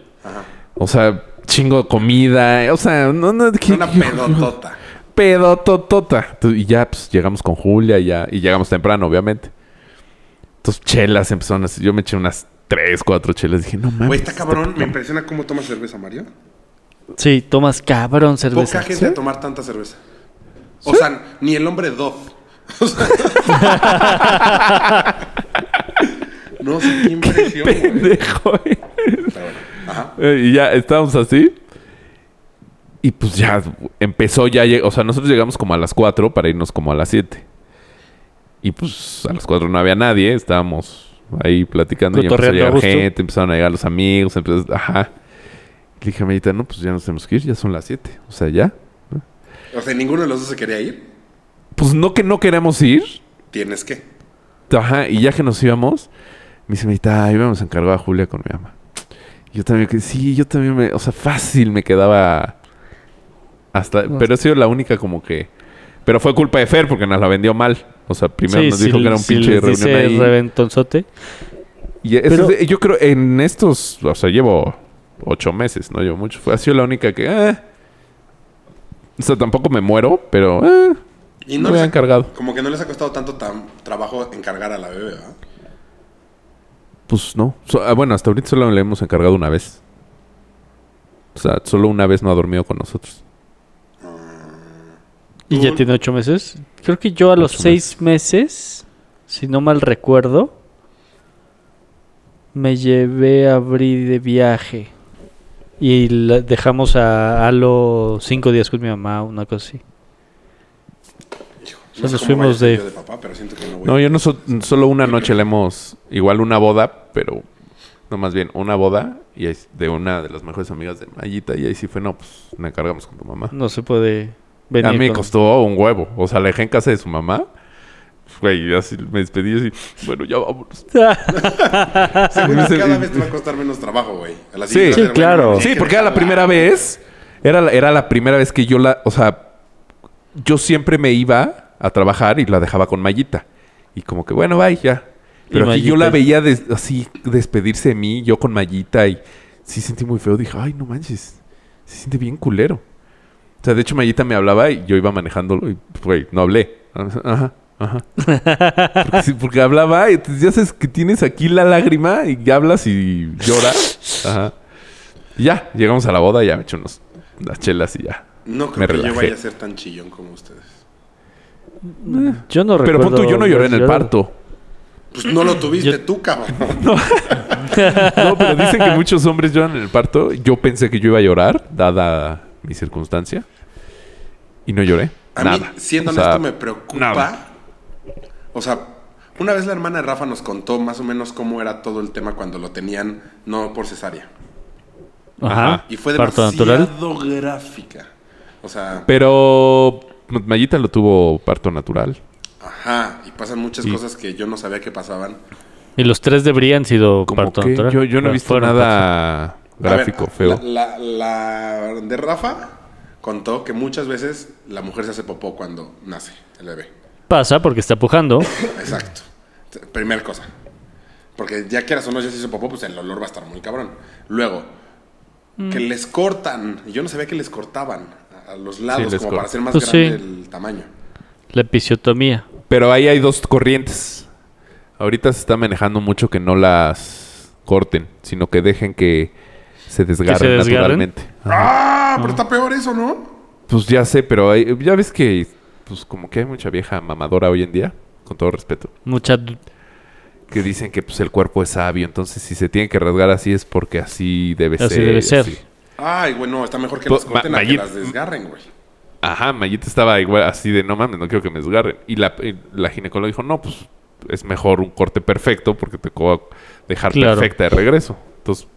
B: O sea, chingo de comida. eh, O sea, no, no, ¿qué-
C: Una
B: qué-
C: pedotota.
B: pedototota. Tu- Y ya, pues, llegamos con Julia y ya, y llegamos temprano, obviamente. Entonces, chelas empezaron así. Yo me eché unas tres, cuatro chelas. Dije, no mames.
C: Güey, está cabrón. Me impresiona cómo toma cerveza, Mario.
A: Sí, tomas cabrón cerveza.
C: Poca gente a tomar tanta cerveza. O sea, ni el hombre Dove. (laughs) O
B: (laughs)
C: sea- no sé qué impresión. güey.
B: Pendejo, eh.
C: Pero bueno, ajá.
B: Eh, Y ya estábamos así. Y pues ya empezó, ya lleg- O sea, nosotros llegamos como a las 4 para irnos como a las 7. Y pues a las 4 no había nadie, estábamos ahí platicando. Y empezó a
A: Cotorreando a
B: llegar
A: gusto.
B: gente, empezaron a llegar los amigos, empezó, ajá. Le dije a Medita, no, pues ya nos tenemos que ir, ya son las 7. O sea, ya.
C: O sea, ninguno de los dos se quería ir.
B: Pues no que no queremos ir,
C: Tienes que.
B: Ajá, y ya que nos íbamos, me dice, Medita, "Ay, íbamos a encargar a Julia con mi mamá. Y Yo también, que sí, yo también me, o sea, fácil me quedaba Hasta,
A: Pues
B: pero ha sido la única como que... Pero fue culpa de Fer porque nos la vendió mal. O sea, primero
A: Sí,
B: nos
A: si-
B: dijo que era un
A: si
B: pinche
A: les
B: reunión
A: dice
B: ahí.
A: reventonzote.
B: Y eso
A: Pero-
B: es de- yo creo en estos, o sea, llevo ocho meses, no llevo mucho. Fue- Ha sido la única que, eh. o sea, tampoco me muero, pero eh,
C: Y
B: no
C: les
B: me
C: ha-
B: han cargado.
C: Como que no les ha costado tanto tam- trabajo encargar a la bebé, ¿verdad?
B: Pues no. So- ah, bueno, hasta ahorita solo le hemos encargado una vez. O sea, solo una vez no ha dormido con nosotros.
A: Y ya
C: Ujú.
A: tiene ocho meses. Creo que yo a los
B: Ocho
A: seis meses, si no mal recuerdo, me llevé a Bri de viaje. Y la dejamos a Alo cinco días con mi mamá, una cosa así.
C: Hijo,
A: O sea, nos
C: cómo
A: fuimos
C: vaya a ser
A: de-
C: yo de papá, pero siento que no voy.
B: No, yo no so- solo una noche le hemos igual una boda, pero no más bien una boda y ahí- de una de las mejores amigas de Mayita y ahí sí fue, no, pues la encargamos con tu mamá.
A: No se puede venir.
B: a mí me
A: con-
B: costó un huevo. O sea, la dejé en casa de su mamá. Güey, yo así me despedí y así, bueno, ya
C: (laughs)
B: vámonos.
C: Según
B: no
C: yo,
B: sé,
C: cada
B: y-
C: vez te va a costar menos trabajo, güey. A la
B: Sí.
C: siguiente
B: Sí,
C: va a ser, güey,
A: claro.
C: no me
B: Sí,
C: tienes que
B: porque era la
C: dejarla.
B: primera vez. Era la, era la primera vez que yo la. O sea, yo siempre me iba a trabajar y la dejaba con Mayita. Y como que, bueno, bye, ya.
A: Y
B: Pero aquí
A: Mayita.
B: yo la veía des- así despedirse de mí, yo con Mayita. Y sí sentí muy feo. Dije, ay, no manches. Se siente bien culero. O sea, de hecho, Mayita me hablaba y yo iba manejándolo. Y, güey, no hablé. Ajá, ajá. Porque, sí, porque hablaba y entonces ya sabes que tienes aquí la lágrima y ya hablas y lloras. Ajá. Y ya, llegamos a la boda, ya me eché unos, unas chelas y ya.
C: No creo
B: Me
C: que yo
B: relajé.
C: vaya a ser tan chillón como ustedes.
A: Yo no
B: Pero
A: recuerdo.
B: pon tú, yo no lloré en el
A: llorar.
B: parto.
C: Pues no lo tuviste tú,
B: (laughs)
C: cabrón.
B: No, pero dicen que muchos hombres lloran en el parto. Yo pensé que yo iba a llorar, dada mi circunstancia. Y no lloré.
C: A
B: nada.
C: mí, siendo
B: O sea,
C: honesto, me preocupa.
B: nada.
C: O sea, una vez la hermana de Rafa nos contó más o menos cómo era todo el tema cuando lo tenían, no por cesárea.
A: Ajá.
C: Y fue
A: Parto
C: demasiado
A: natural.
C: gráfica. O sea,
B: Pero pues, Mayita lo tuvo parto natural.
C: ajá. Y pasan muchas cosas que yo no sabía que pasaban.
A: Y los tres deberían sido
B: Como
A: parto
B: que
A: natural.
B: yo, yo no he
A: Bueno,
B: visto
A: fueron
B: nada
C: A ver,
B: gráfico
C: la-
B: feo.
C: La, la de Rafa contó que muchas veces la mujer se hace popó cuando nace el bebé.
A: parto. Pasa porque está pujando.
C: Exacto. Primer cosa. Porque ya quieras o no, ya se hizo popó, pues el olor va a estar muy cabrón. Luego, que les cortan. Yo no sabía que les cortaban a a los lados
B: les
C: como
B: cort-
C: para hacer más
A: Pues
C: grande
A: sí.
C: el tamaño.
A: La episiotomía.
B: Pero ahí hay dos corrientes. Ahorita se está manejando mucho que no las corten, sino que dejen que se desgarren
A: desgarren?
B: naturalmente. Ajá.
C: ¡Ah! Pero está peor eso, ¿no?
B: Pues ya sé, pero hay- ya ves que pues como que hay mucha vieja mamadora hoy en día, con todo respeto,
A: Mucha. du-
B: que dicen que pues el cuerpo es sabio, entonces si se tiene que rasgar así es porque así debe
A: Así
B: ser.
A: debe ser.
B: así.
C: Ay, güey, no, está mejor que
B: Po-
A: Pues,
C: las corten
B: ma-
C: a que
B: Mayit-
C: las desgarren, güey.
B: Ajá, Mayita estaba igual así de no mames, no quiero que me desgarren. Y la, y la ginecóloga dijo, no, pues es mejor un corte perfecto porque te va a dejar
A: Claro.
B: perfecta de regreso. Entonces,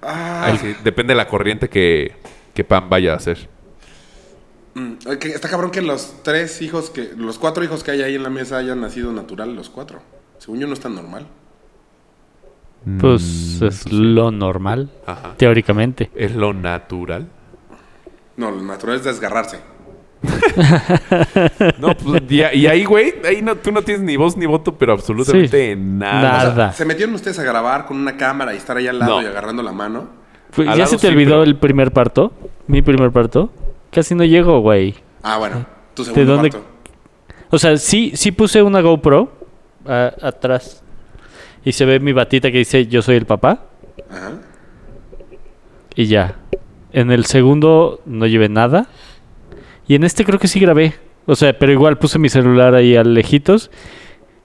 C: Ah,
B: ahí sí, depende de la corriente que, que Pam vaya a hacer.
C: mm, que está cabrón que los tres hijos que. Los cuatro hijos que hay ahí en la mesa hayan nacido natural, los cuatro. Según yo, no es tan normal.
A: Pues
B: Mm.
A: es lo normal.
B: Ajá.
A: Teóricamente.
B: Es lo natural.
C: No, lo natural es desgarrarse.
B: No, pues, y, a- y ahí, güey, ahí no, tú no tienes ni voz ni voto, pero absolutamente nada.
A: Nada.
C: Se metieron ustedes a grabar con una cámara y estar ahí al lado
B: No.
C: y agarrando la mano.
A: Fue-
B: Al
A: ¿Ya
B: lado
A: se te
B: sí,
A: olvidó
B: pero-
A: el primer parto? Mi primer parto. Casi no llego, güey.
C: Ah, bueno. Tu segundo
A: dónde-
C: parto.
A: O sea, sí, sí puse una GoPro a- atrás. Y se ve mi batita que dice yo soy el papá.
C: Ajá.
A: Y ya. En el segundo no llevé nada. Y en este creo que sí grabé. O sea, pero igual puse mi celular ahí a lejitos.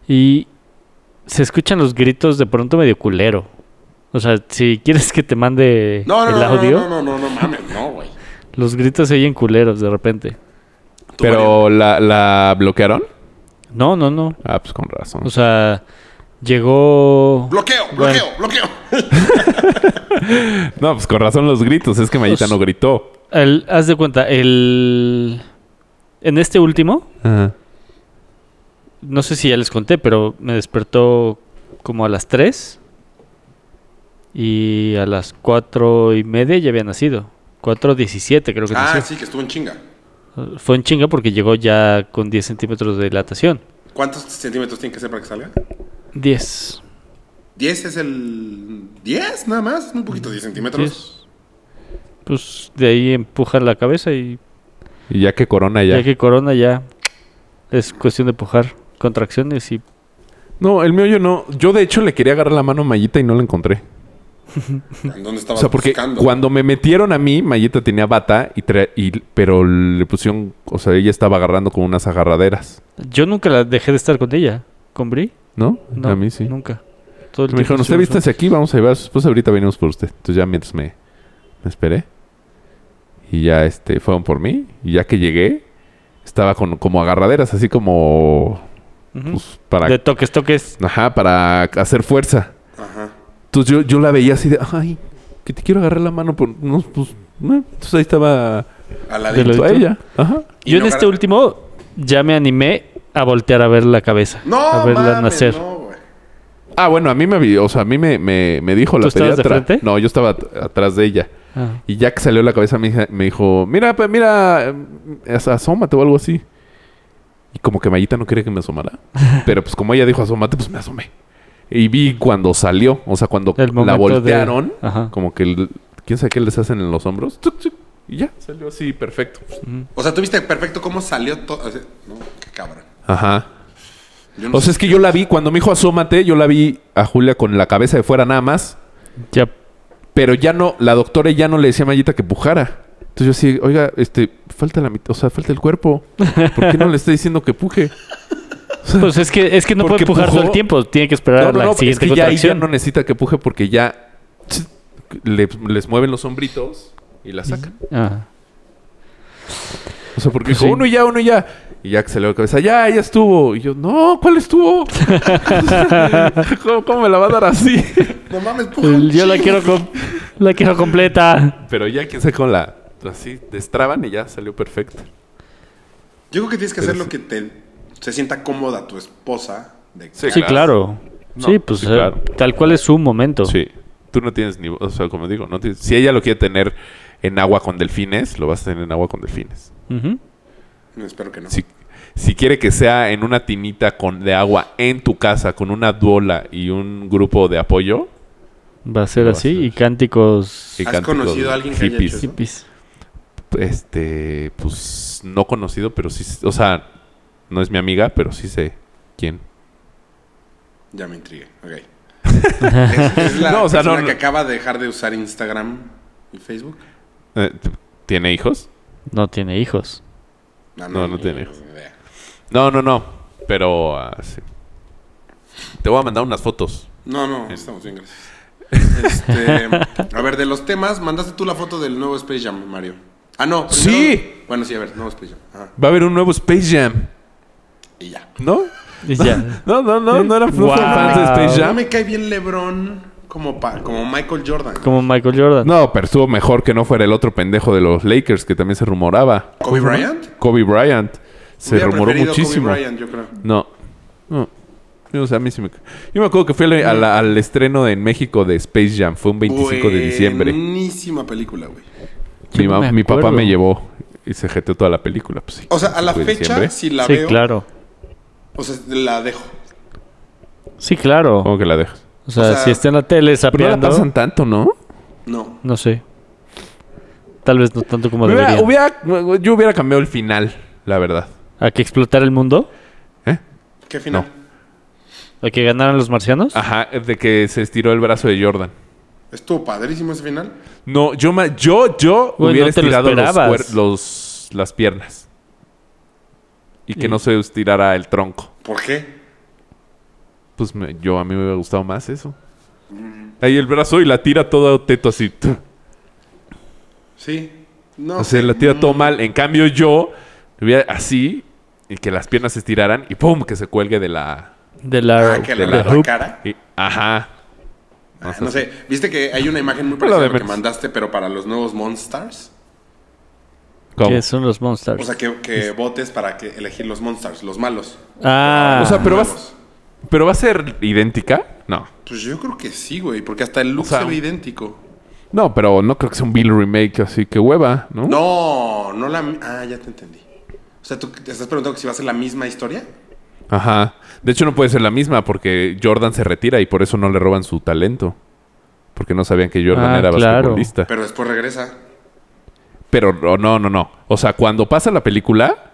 A: Y se escuchan los gritos de pronto medio culero. O sea, si quieres que te mande
C: No, no,
A: el
C: no, no,
A: audio,
C: no, no, no, no, mames, no, güey.
A: los gritos se oyen culeros de repente.
C: Tú,
B: Pero la, la bloquearon.
A: No, no, no.
B: Ah, pues con razón.
A: O sea, llegó...
C: Bloqueo,
A: Bueno.
C: bloqueo, bloqueo.
B: (laughs) no, pues con razón los gritos. Es que Mayita
A: Pues-
B: no gritó.
A: El- haz de cuenta, el... En este último,
B: Ajá.
A: no sé si ya les conté, pero me despertó como a las 3 y a las 4 y media ya había nacido. 4.17 creo que
C: Ah,
A: nació.
C: sí, que estuvo en chinga.
A: Fue en chinga porque llegó ya con 10 centímetros de dilatación.
C: ¿Cuántos centímetros tiene que ser para que salga?
A: 10.
C: 10 es el. 10 nada más, es muy poquito, 10 centímetros.
A: 10. Pues de ahí empuja la cabeza y
B: Y ya que corona ya.
A: ya que corona ya es cuestión de empujar contracciones y
B: No, el mío yo no. Yo de hecho le quería agarrar la mano a Mayita y no la encontré.
C: ¿En dónde
B: O
C: estabas
B: sea, porque
C: buscando?
B: cuando me metieron a mí, Mayita tenía bata, y tra- y, pero le pusieron, o sea, ella estaba agarrando con unas agarraderas,
A: yo nunca la dejé de estar con ella. ¿Con Bri?
B: ¿no?
A: No,
B: a mí sí.
A: nunca. Todo el
B: Me
A: tiempo
B: dijeron, usted
A: estuvimos
B: vístase aquí, vamos a llevar a su esposa, ahorita venimos por usted. Entonces ya mientras me, me esperé. Y ya este, fueron por mí. Y ya que llegué, estaba con como agarraderas, así como
A: juntos. Ujú.
B: pues, para,
A: De toques, toques.
B: ajá, para hacer fuerza.
C: Ajá.
B: Entonces yo, yo la veía así de, ay, que te quiero agarrar la mano por no, pues, no". Entonces ahí estaba
C: A la
A: De
C: de...
A: lo-
B: junto a ella. Ajá.
C: Y
A: Yo en
C: no
A: este
C: gar-
A: último ya me animé a voltear a ver la cabeza.
C: No,
A: a verla
C: mames,
A: nacer.
C: no, güey.
B: Ah, bueno, a mí me, vi- o sea, a mí me, me, me dijo
A: ¿Tú
B: la
A: estabas de
B: pediatra.
A: frente?
B: No, yo estaba at- atrás de ella.
A: Ah.
B: Y ya que salió la cabeza me, dije- me dijo, mira, pues, mira, eh, as- asómate o algo así. Y como que Mayita no quería que
A: (laughs)
B: me asomara. Pero pues como ella dijo asómate, pues me asomé. Y vi cuando salió, o sea, cuando
A: El
B: la
A: momento de-
B: voltearon,
A: Ajá.
B: como que el- quién sabe qué les hacen en los hombros. Tuc, tuc, y ya, salió así, perfecto.
C: O sea, tuviste perfecto cómo salió todo. no, qué cabrón.
B: Ajá.
C: Yo no
B: O sea,
C: sé.
B: es que yo la vi, cuando me dijo asómate, yo la vi a Julia con la cabeza de fuera nada más.
A: Ya.
B: Pero ya no, la doctora ya no le decía a Mayita que pujara. Entonces yo así, oiga, este, falta la mitad, o sea, falta el cuerpo. ¿Por qué no le está diciendo que puje?
A: Pues es que, es que no puede
B: Porque
A: empujar todo el
B: pujó-
A: tiempo. Tiene que esperar
B: No,
A: a la
B: no, no, es
A: siguiente
B: que ya ahí ya
A: contracción.
B: no necesita que puje porque ya tss, le- les mueven los hombritos y la sacan.
A: Ah.
B: O sea, porque
A: Pues
B: dijo,
A: sí.
B: uno y ya, uno y ya. Y ya que se le la cabeza, ya, ya estuvo. Y yo, no,
A: (laughs)
B: ¿cuál estuvo? ¿Cómo, cómo me la va a dar así?
C: No mames, puja un
A: El- Yo la
C: chingo.
A: quiero, com- la quiero completa.
B: Pero ya que sacó la, así, destraban y ya salió perfecta.
C: Yo creo que tienes que hacer
B: Pero
C: lo que te se sienta cómoda tu esposa. De...
A: Sí, claro.
B: No,
A: sí, pues
B: sí,
A: eh,
B: claro.
A: tal cual es su momento.
B: Sí. Tú no tienes ni... O sea, como digo, no tienes- si ella lo quiere tener en agua con delfines, lo vas a tener en agua con delfines.
A: Ujú.
C: No, espero que no.
B: Si, si quiere que sea en una tinita con, de agua en tu casa, con una duola y un grupo de apoyo...
A: Va a ser
B: Va a
A: así. pues.
B: ser.
A: Y cánticos.
B: y
C: ¿Has
B: cánticos
C: conocido a alguien que haya
B: hippies,
C: hecho eso?
A: hippies.
B: Este... Pues no conocido, pero sí... O sea, no es mi amiga, pero sí sé quién.
C: Ya me intrigué.
B: (laughs)
C: Ok. es, es la
B: No, o sea, no,
C: persona
B: no.
C: que acaba de dejar de usar Instagram y Facebook.
B: Eh, t- ¿Tiene hijos?
A: No tiene hijos.
B: No, no
C: ni
B: tiene hijos.
C: idea.
B: No, no, no. Pero... ah, sí. Te voy a mandar unas fotos.
C: No, no, estamos bien, gracias.
B: (laughs)
C: Este, a ver, de los temas, mandaste tú la foto del nuevo Space Jam, Mario. Ah, no.
B: Sí.
C: Bueno, sí, a ver, nuevo Space Jam. Ajá.
B: Va a haber un nuevo Space Jam,
C: Y ya.
B: ¿no?
A: Y (laughs) ya.
B: (laughs) No, no, no, no eran
A: Wow.
B: fans de Space
C: No
B: Jam.
C: me cae bien LeBron como, pa- como Michael Jordan.
A: Como Michael Jordan.
B: No, pero estuvo mejor que no fuera el otro pendejo de los Lakers que también se rumoraba.
C: ¿Kobe Bryant?
B: Kobe Bryant. Se
C: Hubiera
B: rumoró
C: preferido Kobe
B: muchísimo.
C: Bryant, yo creo.
B: No. No. Yo, o sea, a mí sí me... Yo me acuerdo que fui al, a la- al estreno de- en México de Space Jam. Fue un 25 de diciembre.
C: Buenísima película, güey.
A: Yo
B: Mi,
A: no
B: ma-
A: me
B: mi papá
A: acuerdo.
B: me llevó y se jeteó toda la película. Pues, sí,
C: O sea, a la
B: 25 de
C: fecha,
B: diciembre.
C: si la
A: sí,
C: veo,
A: claro.
C: o sea, la dejo.
A: Sí, claro.
B: ¿Cómo que la dejas?
A: O sea,
C: o sea,
A: si está en la tele
B: Pero no la
A: sapeando.
B: pasan tanto, ¿no?
C: No.
A: No sé. Tal vez no tanto como
B: Me hubiera-
A: debería.
B: hubiera- yo hubiera cambiado el final, la verdad.
A: ¿A que explotar el mundo?
B: ¿Eh?
C: ¿Qué final?
A: ¿A que ganaran los marcianos?
B: Ajá, de que se estiró el brazo de Jordan.
C: Estuvo padrísimo ese final.
B: No, yo ma- yo, yo
A: Güey,
B: hubiera
A: no te lo
B: estirado los
A: esperabas.
B: cuer- los- las piernas. Y que
A: Y-
B: no se estirara el tronco.
C: ¿Por qué?
B: Pues me- yo a mí me hubiera gustado más eso. Ahí el brazo y la tira todo teto así.
C: Sí. No. Mm,
B: O sea, la tira todo mal. En cambio, yo hubiera así y que las piernas se estiraran y ¡pum! que se cuelgue de la.
A: De la,
C: Ah, que
A: de
C: le
A: la
C: la, la
A: hoop.
C: cara.
B: y- ajá.
C: Ah, no sé. Viste que hay una imagen muy parecida a
B: de
C: la que
B: Mertz.
C: mandaste, pero para los nuevos Monstars.
B: ¿Cómo?
A: Que son los monsters.
C: O sea, que,
B: Pues-
C: que votes para que elegir los Monstars, los malos.
A: ah.
B: O sea, pero
C: Nuevos.
B: vas- ¿Pero va a ser idéntica? No.
C: Pues yo creo que sí, güey, porque hasta el look
B: O sea,
C: se ve
B: un-
C: idéntico.
B: No, pero no creo que sea un Bill remake, así que hueva, ¿no?
C: No, no la. mi- Ah, ya te entendí. O sea, tú te estás preguntando que si va a ser la misma historia.
B: Ajá. De hecho, no puede ser la misma porque Jordan se retira y por eso no le roban su talento. Porque no sabían que Jordan
A: Ah,
B: era
A: claro.
B: basquetbolista.
C: Pero después regresa.
B: Pero no, no, no, no. O sea, cuando pasa la película,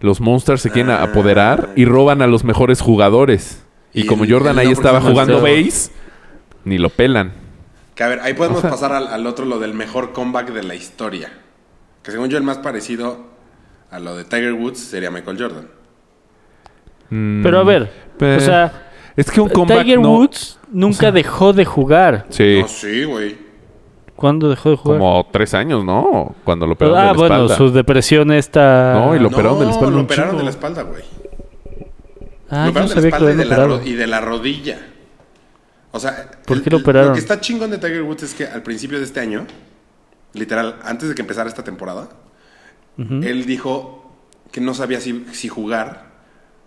B: los Monsters se
C: Ah.
B: quieren a- apoderar y roban a los mejores jugadores. Y,
C: Y
B: como
C: el-
B: Jordan
C: el
B: ahí
C: no
B: estaba
C: porque es
B: jugando
A: demasiado.
B: base, ni lo pelan.
C: Que a ver, ahí podemos
B: O sea-
C: pasar al, al otro, lo del mejor comeback de la historia. Que según yo, el más parecido a lo de Tiger Woods sería Michael Jordan.
A: Pero a ver,
B: Pe-
A: o sea,
B: Es que un comeback
A: Tiger
B: no-
A: Woods nunca dejó de jugar.
B: Sí,
C: No, sí, güey.
A: ¿Cuándo dejó de jugar?
B: como tres años, ¿no? Cuando lo operaron de
A: ah,
B: la
A: bueno,
B: espalda.
A: su depresión está...
B: No, y lo
C: No,
B: operaron de la espalda
C: Lo
B: un
C: operaron
B: chingo.
C: de la espalda, güey.
A: Ah, yo
C: lo
A: no
C: operaron de la
A: sabía que lo
C: espalda y
A: habían
C: de la,
A: operado.
C: ro- y de la rodilla. O sea,
A: ¿Por
C: el-
A: qué lo
C: el-
A: operaron?
C: Lo que está chingón de Tiger Woods es que al principio de este año, literal, antes de que empezara esta temporada, él dijo que no sabía si, si jugar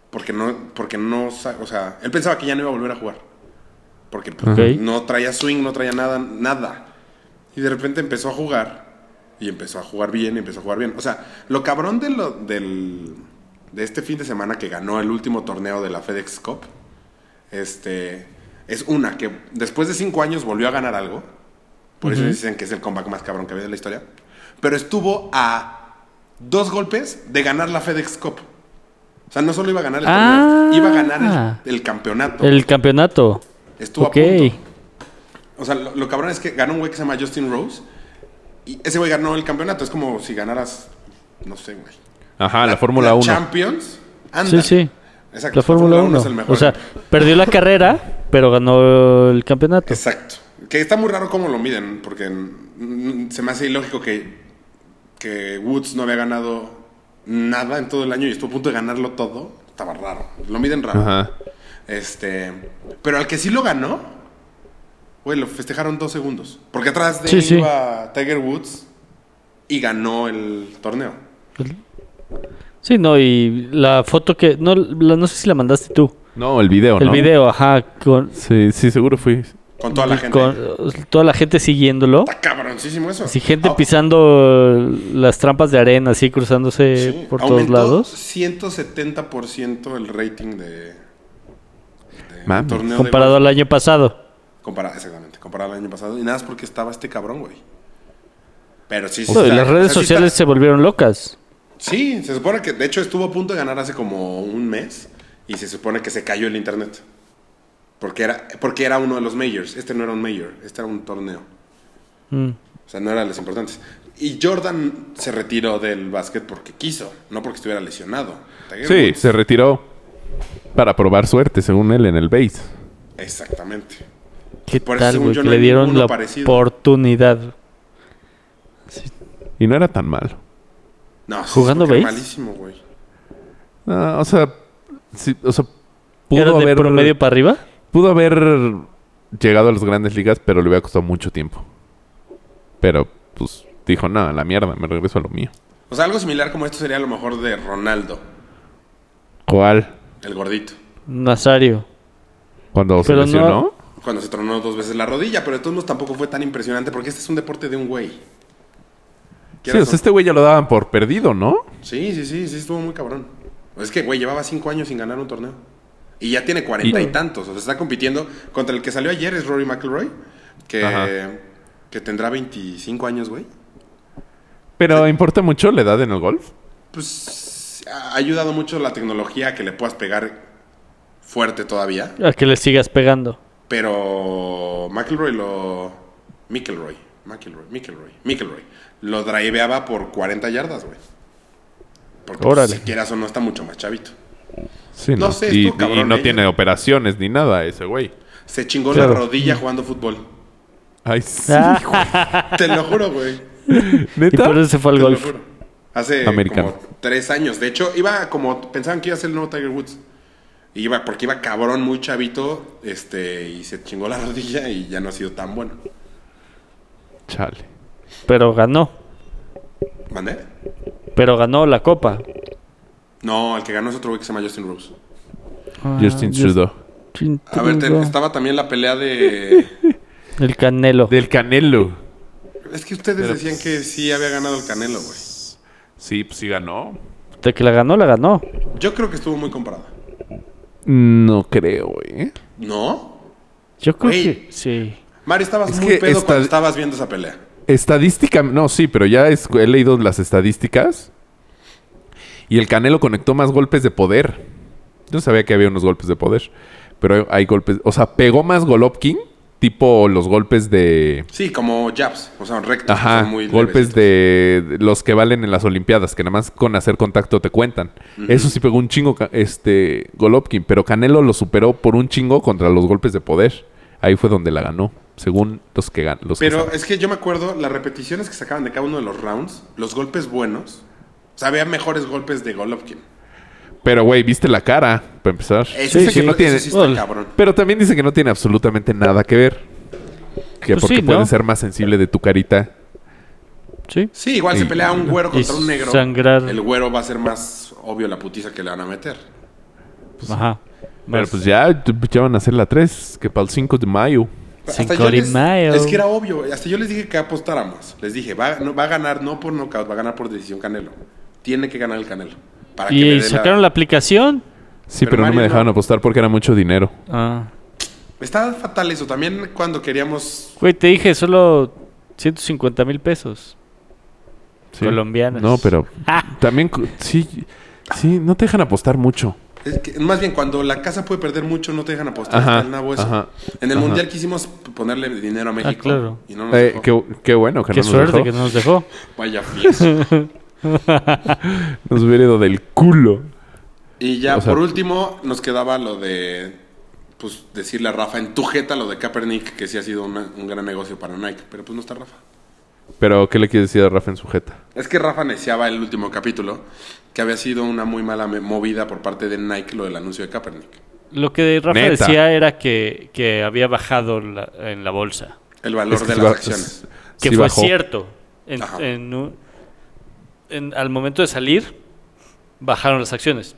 C: porque no, porque no, sa- o sea, él pensaba que ya no iba a volver a jugar. Porque pues,
A: Ok.
C: no traía swing, no traía nada, nada. Y de repente empezó a jugar. Y empezó a jugar bien, y empezó a jugar bien. O sea, lo cabrón de, lo, del, de este fin de semana que ganó el último torneo de la FedEx Cup, este, es una, que después de cinco años volvió a ganar algo. Por eso dicen que es el comeback más cabrón que había de la historia. Pero estuvo a dos golpes de ganar la FedEx Cup. O sea, no solo iba a ganar el
A: Ah.
C: torneo, iba a ganar el, el campeonato.
A: El campeonato.
C: Estuvo
A: ok.
C: a punto. O sea, lo, lo cabrón es que ganó un güey que se llama Justin Rose. Y ese güey ganó el campeonato. Es como si ganaras, no sé, güey.
B: Ajá, Ah, la, Fórmula
C: la
B: 1.
C: Champions. Anda.
A: Sí, sí.
C: Exacto.
A: La Fórmula 1.
C: es el mejor.
A: O sea, perdió la carrera, pero ganó el campeonato.
C: Exacto. Que está muy raro cómo lo miden, porque mm, se me hace ilógico que, que Woods no había ganado nada en todo el año y estuvo a punto de ganarlo todo. Estaba raro. Lo miden raro.
B: Ajá.
C: Este, pero al que sí lo ganó, güey, lo festejaron dos segundos. Porque atrás de
A: Sí,
C: él
A: sí.
C: iba Tiger Woods y ganó el torneo.
A: Sí, no, y la foto que... No, la- no sé si la mandaste tú.
B: No, el video,
A: el
B: ¿no?
A: video, ajá. Con,
B: Sí, sí, seguro fui.
C: Con toda la gente. Ah,
A: con- toda la gente siguiéndolo.
C: Está cabroncísimo eso.
A: Sí, gente
C: Au-
A: pisando las trampas de arena, así cruzándose
C: sí,
A: por todos
C: aumentó
A: lados.
C: 170% el rating de, de
B: Mames.
C: torneo de
A: Ah, Comparado al año pasado.
C: Comparado, exactamente, comparado al año pasado. Y nada más porque estaba este cabrón, güey. Pero sí, sí
A: No, y
C: está-
A: las redes
C: o sea, sí
A: sociales
C: está-
A: se volvieron locas.
C: Sí, se supone que, de hecho, estuvo a punto de ganar hace como un mes. Y se supone que se cayó el internet. Porque era, porque era uno de los majors. Este no era un major, este era un torneo.
A: Mm.
C: O sea, no eran los importantes. Y Jordan se retiró del básquet porque quiso, no porque estuviera lesionado. Tiger
B: Sí,
C: Woods-
B: se retiró para probar suerte, según él, en el base.
C: Exactamente.
A: ¿Qué
C: Por eso,
A: tal,
C: según
A: güey?
C: yo,
A: que
C: no
A: le
C: hay
A: dieron
C: ninguno
A: la
C: parecido.
A: oportunidad.
B: Y no era tan malo.
C: No, sí,
A: ¿Jugando
C: porque era
A: base?
C: Malísimo, güey.
B: Ah, o sea, sí, o sea,
A: ¿Era
B: pudo
A: de
B: haber,
A: promedio para arriba?
B: pudo haber llegado a las grandes ligas, pero le hubiera costado mucho tiempo. Pero, pues, dijo, no, a la mierda, me regreso a lo mío.
C: O sea, algo similar como esto sería a lo mejor de Ronaldo,
B: ¿Cuál?
C: el gordito.
A: Nazario.
B: Cuando se
A: Pero no-
B: lesionó.
C: Cuando se tronó dos veces la rodilla, pero de todos modos tampoco fue tan impresionante porque este es un deporte de un güey.
B: Sí, o sea, este güey ya lo daban por perdido, ¿no?
C: Sí, sí, sí, sí, estuvo muy cabrón. Es que, güey, llevaba cinco años sin ganar un torneo. Y ya tiene cuarenta y tantos. O sea, está compitiendo contra el que salió ayer, es Rory McIlroy,
B: Ajá.
C: que, que tendrá 25 años, güey.
B: Pero importa mucho la edad en el golf.
C: Pues ha ayudado mucho la tecnología a que le puedas pegar fuerte todavía.
A: A que le sigas pegando.
C: Pero McIlroy lo... McIlroy, McIlroy, McIlroy, McIlroy. Lo driveaba por 40 yardas, güey. Porque pues,
B: Órale.
C: si quieras o no está mucho más chavito.
B: Sí,
C: No sé,
B: y,
C: estuvo cabrón,
B: y no
C: ¿eh?
B: tiene operaciones ni nada ese güey.
C: Se chingó
A: Claro.
C: la rodilla jugando fútbol.
B: Ay, sí,
A: Ah,
B: hijo.
C: Te lo juro, güey.
A: y
B: ¿Neta?
A: por eso se fue
C: Te
A: al
C: lo
A: golf.
C: juro. Hace
B: Americano.
C: como tres años. De hecho, iba como. Pensaban que iba a ser el nuevo Tiger Woods. Y Iba, porque iba cabrón, muy chavito. Este. Y se chingó la (laughs) rodilla y ya no ha sido tan bueno.
B: Chale.
A: Pero ganó.
C: ¿Mandé?
A: Pero ganó la copa.
C: No, el que ganó es otro güey que se llama Justin Rose.
B: Ah,
A: Ah,
B: Justin Trudeau.
C: A ver, te- estaba también la pelea de.
A: El Canelo.
B: Del Canelo.
C: Es que ustedes
B: Pero,
C: decían
B: pues,
C: que sí había ganado el Canelo, güey.
B: Sí, pues sí ganó.
A: De que la ganó, la ganó.
C: Yo creo que estuvo muy comparada.
B: No creo, ¿eh?
C: ¿No?
A: Yo creo
C: Güey.
A: que sí.
C: Mario, estabas
B: Es
C: muy
B: que
C: pedo
B: esta-
C: cuando estabas viendo esa pelea.
B: Estadística, no, sí, pero ya es- he leído las estadísticas. Y el Canelo conectó más golpes de poder. Yo no sabía que había unos golpes de poder. Pero hay, hay golpes. O sea, pegó más Golovkin, tipo los golpes de.
C: Sí, como jabs, o sea, rectos. que
B: Ajá,
C: son muy levecitos.
B: golpes de de los que valen en las Olimpiadas, que nada más con hacer contacto te cuentan. Eso sí pegó un chingo ca- este Golovkin, pero Canelo lo superó por un chingo contra los golpes de poder. Ahí fue donde la ganó, según los que ganan. Los que
C: Pero
B: saben.
C: es que yo me acuerdo las repeticiones que sacaban de cada uno de los rounds, los golpes buenos. O sea, había mejores golpes de Golovkin.
B: Pero, güey, viste la cara, para empezar.
C: eh, Eso
A: Sí,
C: sí,
A: sí,
C: que
A: no
C: eso
B: tiene-
C: sí está
A: Ol.
C: cabrón.
B: Pero también dice que no tiene absolutamente nada que ver. Que
A: Pues
B: porque
A: sí, ¿no?
B: puede ser más sensible de tu carita.
A: Sí.
C: Sí, igual se
B: Y-
C: pelea un güero
A: y
C: contra un negro.
A: sangrar.
C: El güero va a ser más obvio la putiza que le van a meter.
A: Pues, Ajá.
B: Pero
A: Más.
B: pues ya, ya van a hacer la 3, que para el 5 de mayo.
A: Cinco
C: yo
A: de
C: les-
A: mayo.
C: Es que era obvio. Hasta yo les dije que apostáramos. Les dije, va, no- va a ganar no por nocaut, va a ganar por decisión Canelo. Tiene que ganar el Canelo. Para que le
A: y
C: dé
A: sacaron la aplicación.
B: Sí,
C: Pero
B: pero, no
C: Mario
B: me
C: no.
B: dejaban apostar porque era mucho dinero.
A: Ah.
C: Está fatal eso. También cuando queríamos...
A: Güey, te dije solo 150 mil pesos.
B: Sí.
A: Colombianos.
B: No,
A: (laughs)
B: pero
A: Ah.
B: también cu- sí, sí, no te dejan apostar mucho.
C: es que- más bien, cuando la casa puede perder mucho, no te dejan apostar.
B: Ajá,
C: está el nabo eso.
B: ajá,
C: en el
B: ajá.
C: Mundial quisimos ponerle dinero a México.
A: claro.
C: Y no nos
B: Eh,
C: dejó.
B: qué, qué bueno que
A: Qué
B: no nos
A: suerte
B: dejó.
A: que no nos dejó.
C: Vaya fiesta.
B: Nos hubiera ido del culo.
C: Y ya,
B: O sea-
C: por último, nos quedaba lo de... Pues decirle a Rafa en tu jeta lo de Kaepernick, que sí ha sido una- un gran negocio para Nike. Pero pues no está Rafa.
B: Pero, ¿qué le quieres decir a Rafa en sujeta?
C: Es que Rafa neciaba el último capítulo que había sido una muy mala me- movida por parte de Nike lo del anuncio de Kaepernick.
A: Lo que Rafa
B: Neta.
A: decía era que, que había bajado la- en la bolsa.
C: El valor
B: Es que
C: de
B: sí
C: las
B: ba-
C: acciones.
A: Que
B: sí
A: fue
B: bajó.
A: cierto. En-
C: Ajá.
A: en un- en- al momento de salir, bajaron las acciones.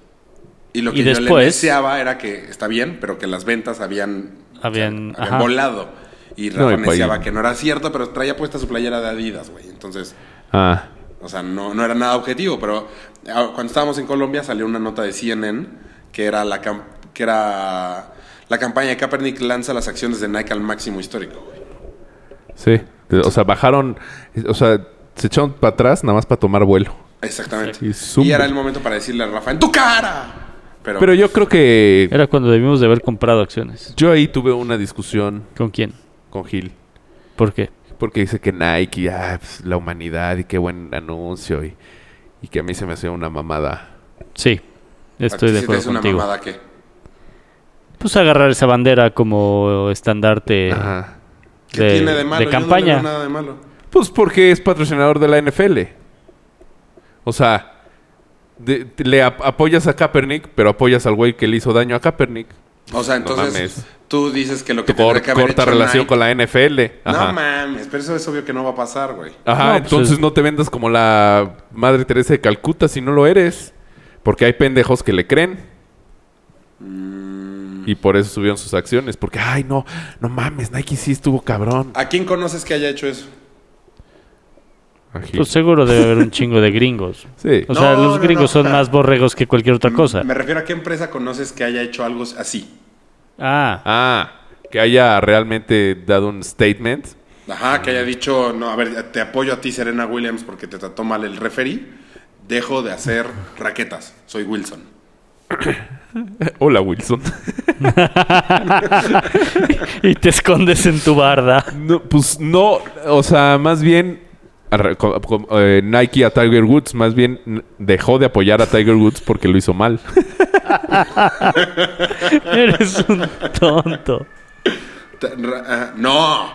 C: Y lo
A: Y
C: que yo
A: después-
C: le deseaba era que está bien, pero que las ventas habían,
A: Habían.
C: habían
A: ajá.
C: volado. Y
B: No,
C: Rafa
B: y pa'
C: neciaba
B: ahí.
C: que no era cierto, pero traía puesta su playera de Adidas, güey. Entonces,
B: Ah,
C: o sea, no, no era nada objetivo, pero ah, cuando estábamos en Colombia salió una nota de CNN que era la, cam- que era la campaña de Kaepernick lanza las acciones de Nike al máximo histórico, güey.
B: sí. O sea, bajaron, o sea, se echaron para atrás nada más para tomar vuelo.
C: Exactamente.
B: Y
C: Y
B: zumba.
C: era el momento para decirle a Rafa, ¡en tu cara! Pero, pues,
B: Pero yo creo que
A: Era cuando debimos de haber comprado acciones.
B: yo ahí tuve una discusión
A: ¿Con quién?
B: con Gil.
A: ¿Por qué?
B: Porque dice que Nike, ah, pues, la humanidad y qué buen anuncio. Y, y que a mí se me hacía una mamada.
A: Sí,
C: ¿a
A: estoy de
C: ti se te
A: acuerdo
C: hace una
A: contigo.
C: mamada qué?
A: Pues agarrar esa bandera como estandarte
B: Ajá.
C: ¿Qué
A: de,
C: tiene de
A: de
C: malo? Yo no le
A: campaña.
C: veo nada de malo.
B: Pues porque es patrocinador de la NFL. O sea, de- te- le ap- apoyas a Kaepernick, pero apoyas al güey que le hizo daño a Kaepernick.
C: O sea, entonces
B: mames.
C: tú dices que lo que
B: Tu
C: tendría
B: cor-
C: que haber
B: corta
C: hecho
B: relación
C: Nike-
B: con la NFL. Ajá.
C: No mames, pero eso es obvio que no va a pasar, güey.
B: Ajá,
A: No, pues
B: entonces
A: es-
B: no te vendas como la Madre Teresa de Calcuta si no lo eres. Porque hay pendejos que le creen.
C: Mm.
B: Y por eso subieron sus acciones. Porque, ay, no, no mames, Nike sí estuvo cabrón.
C: ¿A quién conoces que haya hecho eso?
B: Ají.
A: Pues seguro debe haber un chingo de gringos.
B: sí.
C: (laughs)
A: O sea,
C: No,
A: los
C: no,
A: gringos
C: no,
A: son
C: o sea,
A: más borregos que cualquier otra cosa.
C: Me refiero a qué empresa conoces que haya hecho algo así.
A: Ah,
B: Ah, que haya realmente dado un statement. (laughs)
C: Ajá, que
B: Mm.
C: haya dicho, no, a ver, te apoyo a ti, Serena Williams, porque te trató mal el referee. Dejo de hacer raquetas. Soy Wilson.
B: Hola, Wilson.
A: (laughs) y te escondes en tu barda.
B: No, pues no, o sea, más bien arre- co- co- eh, Nike a Tiger Woods, más bien n- dejó de apoyar a Tiger Woods porque lo hizo mal.
A: Eres un tonto.
C: Ta- ra- ajá, no.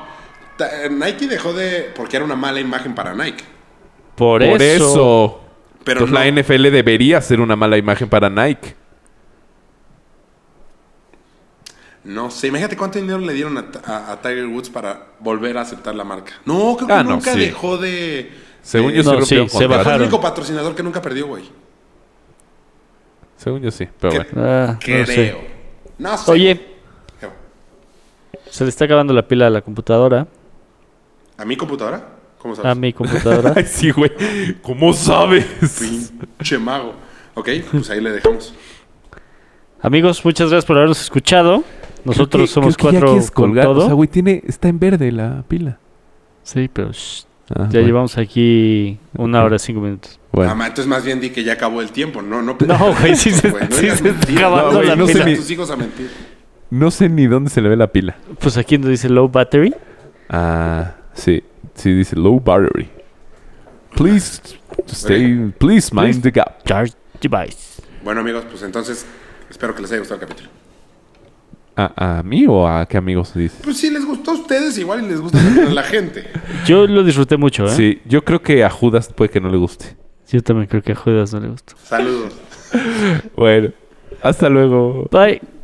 C: Ta- Nike dejó de... Porque era una mala imagen para Nike.
A: (laughs) Por,
B: Por, eso.
A: eso.
C: Pero
B: Entonces,
C: no.
B: Pues la NFL debería ser una mala imagen para Nike.
C: No sé, imagínate cuánto dinero le dieron a, a- a Tiger Woods para volver a aceptar la marca. No, creo que
B: Ah, no,
C: nunca
B: sí.
C: dejó de.
B: Según yo,
A: No,
B: sí rompieron
A: sí, se
C: Fue
B: contrato.
C: el
A: bajaron.
C: único patrocinador que nunca perdió, güey.
B: Según yo, sí. Pero
C: Que-
B: bueno. (laughs)
A: Ah, no
C: Creo. No sé.
A: sé. Oye, se le está acabando la pila a la computadora.
C: ¿A mi computadora? ¿Cómo sabes?
A: a mi computadora.
B: (laughs) Ay, sí, güey. ¿Cómo sabes?
C: Pinche mago. Ok, pues ahí le dejamos.
A: Amigos, muchas gracias por habernos escuchado. Nosotros
B: Creo que-
A: somos
B: creo que ya
A: cuatro
B: quieres
A: con
B: colgar.
A: todo.
B: O sea, güey, tiene, está en verde la pila.
A: Sí, pero shh,
B: Ah,
A: ya
B: bueno.
A: llevamos aquí una hora cinco minutos. (laughs)
B: Bueno.
C: Mamá, entonces más bien di que ya acabó el tiempo. No, no.
A: No, güey, sí se-
C: (laughs) Güey, no
A: sí
C: digas
A: se está
C: mentiras.
A: acabando
C: güey,
B: la
C: no
B: pila.
C: seas tus hijos a mentir.
B: No sé ni dónde se le ve la pila.
A: Pues aquí nos dice low battery.
B: Ah, sí. Sí, dice low battery. Please stay. Please mind the gap.
A: Charge device.
C: Bueno, amigos, pues entonces espero que les haya gustado el capítulo.
B: ¿A, a mí o a qué amigos dices?
C: Pues si les gustó a ustedes, igual y les gusta también a la gente.
A: Yo lo disfruté mucho, ¿eh?
B: Sí, yo creo que a Judas puede que no le guste.
A: Yo también creo que a Judas no le gustó.
C: Saludos.
B: Bueno, hasta luego.
A: Bye.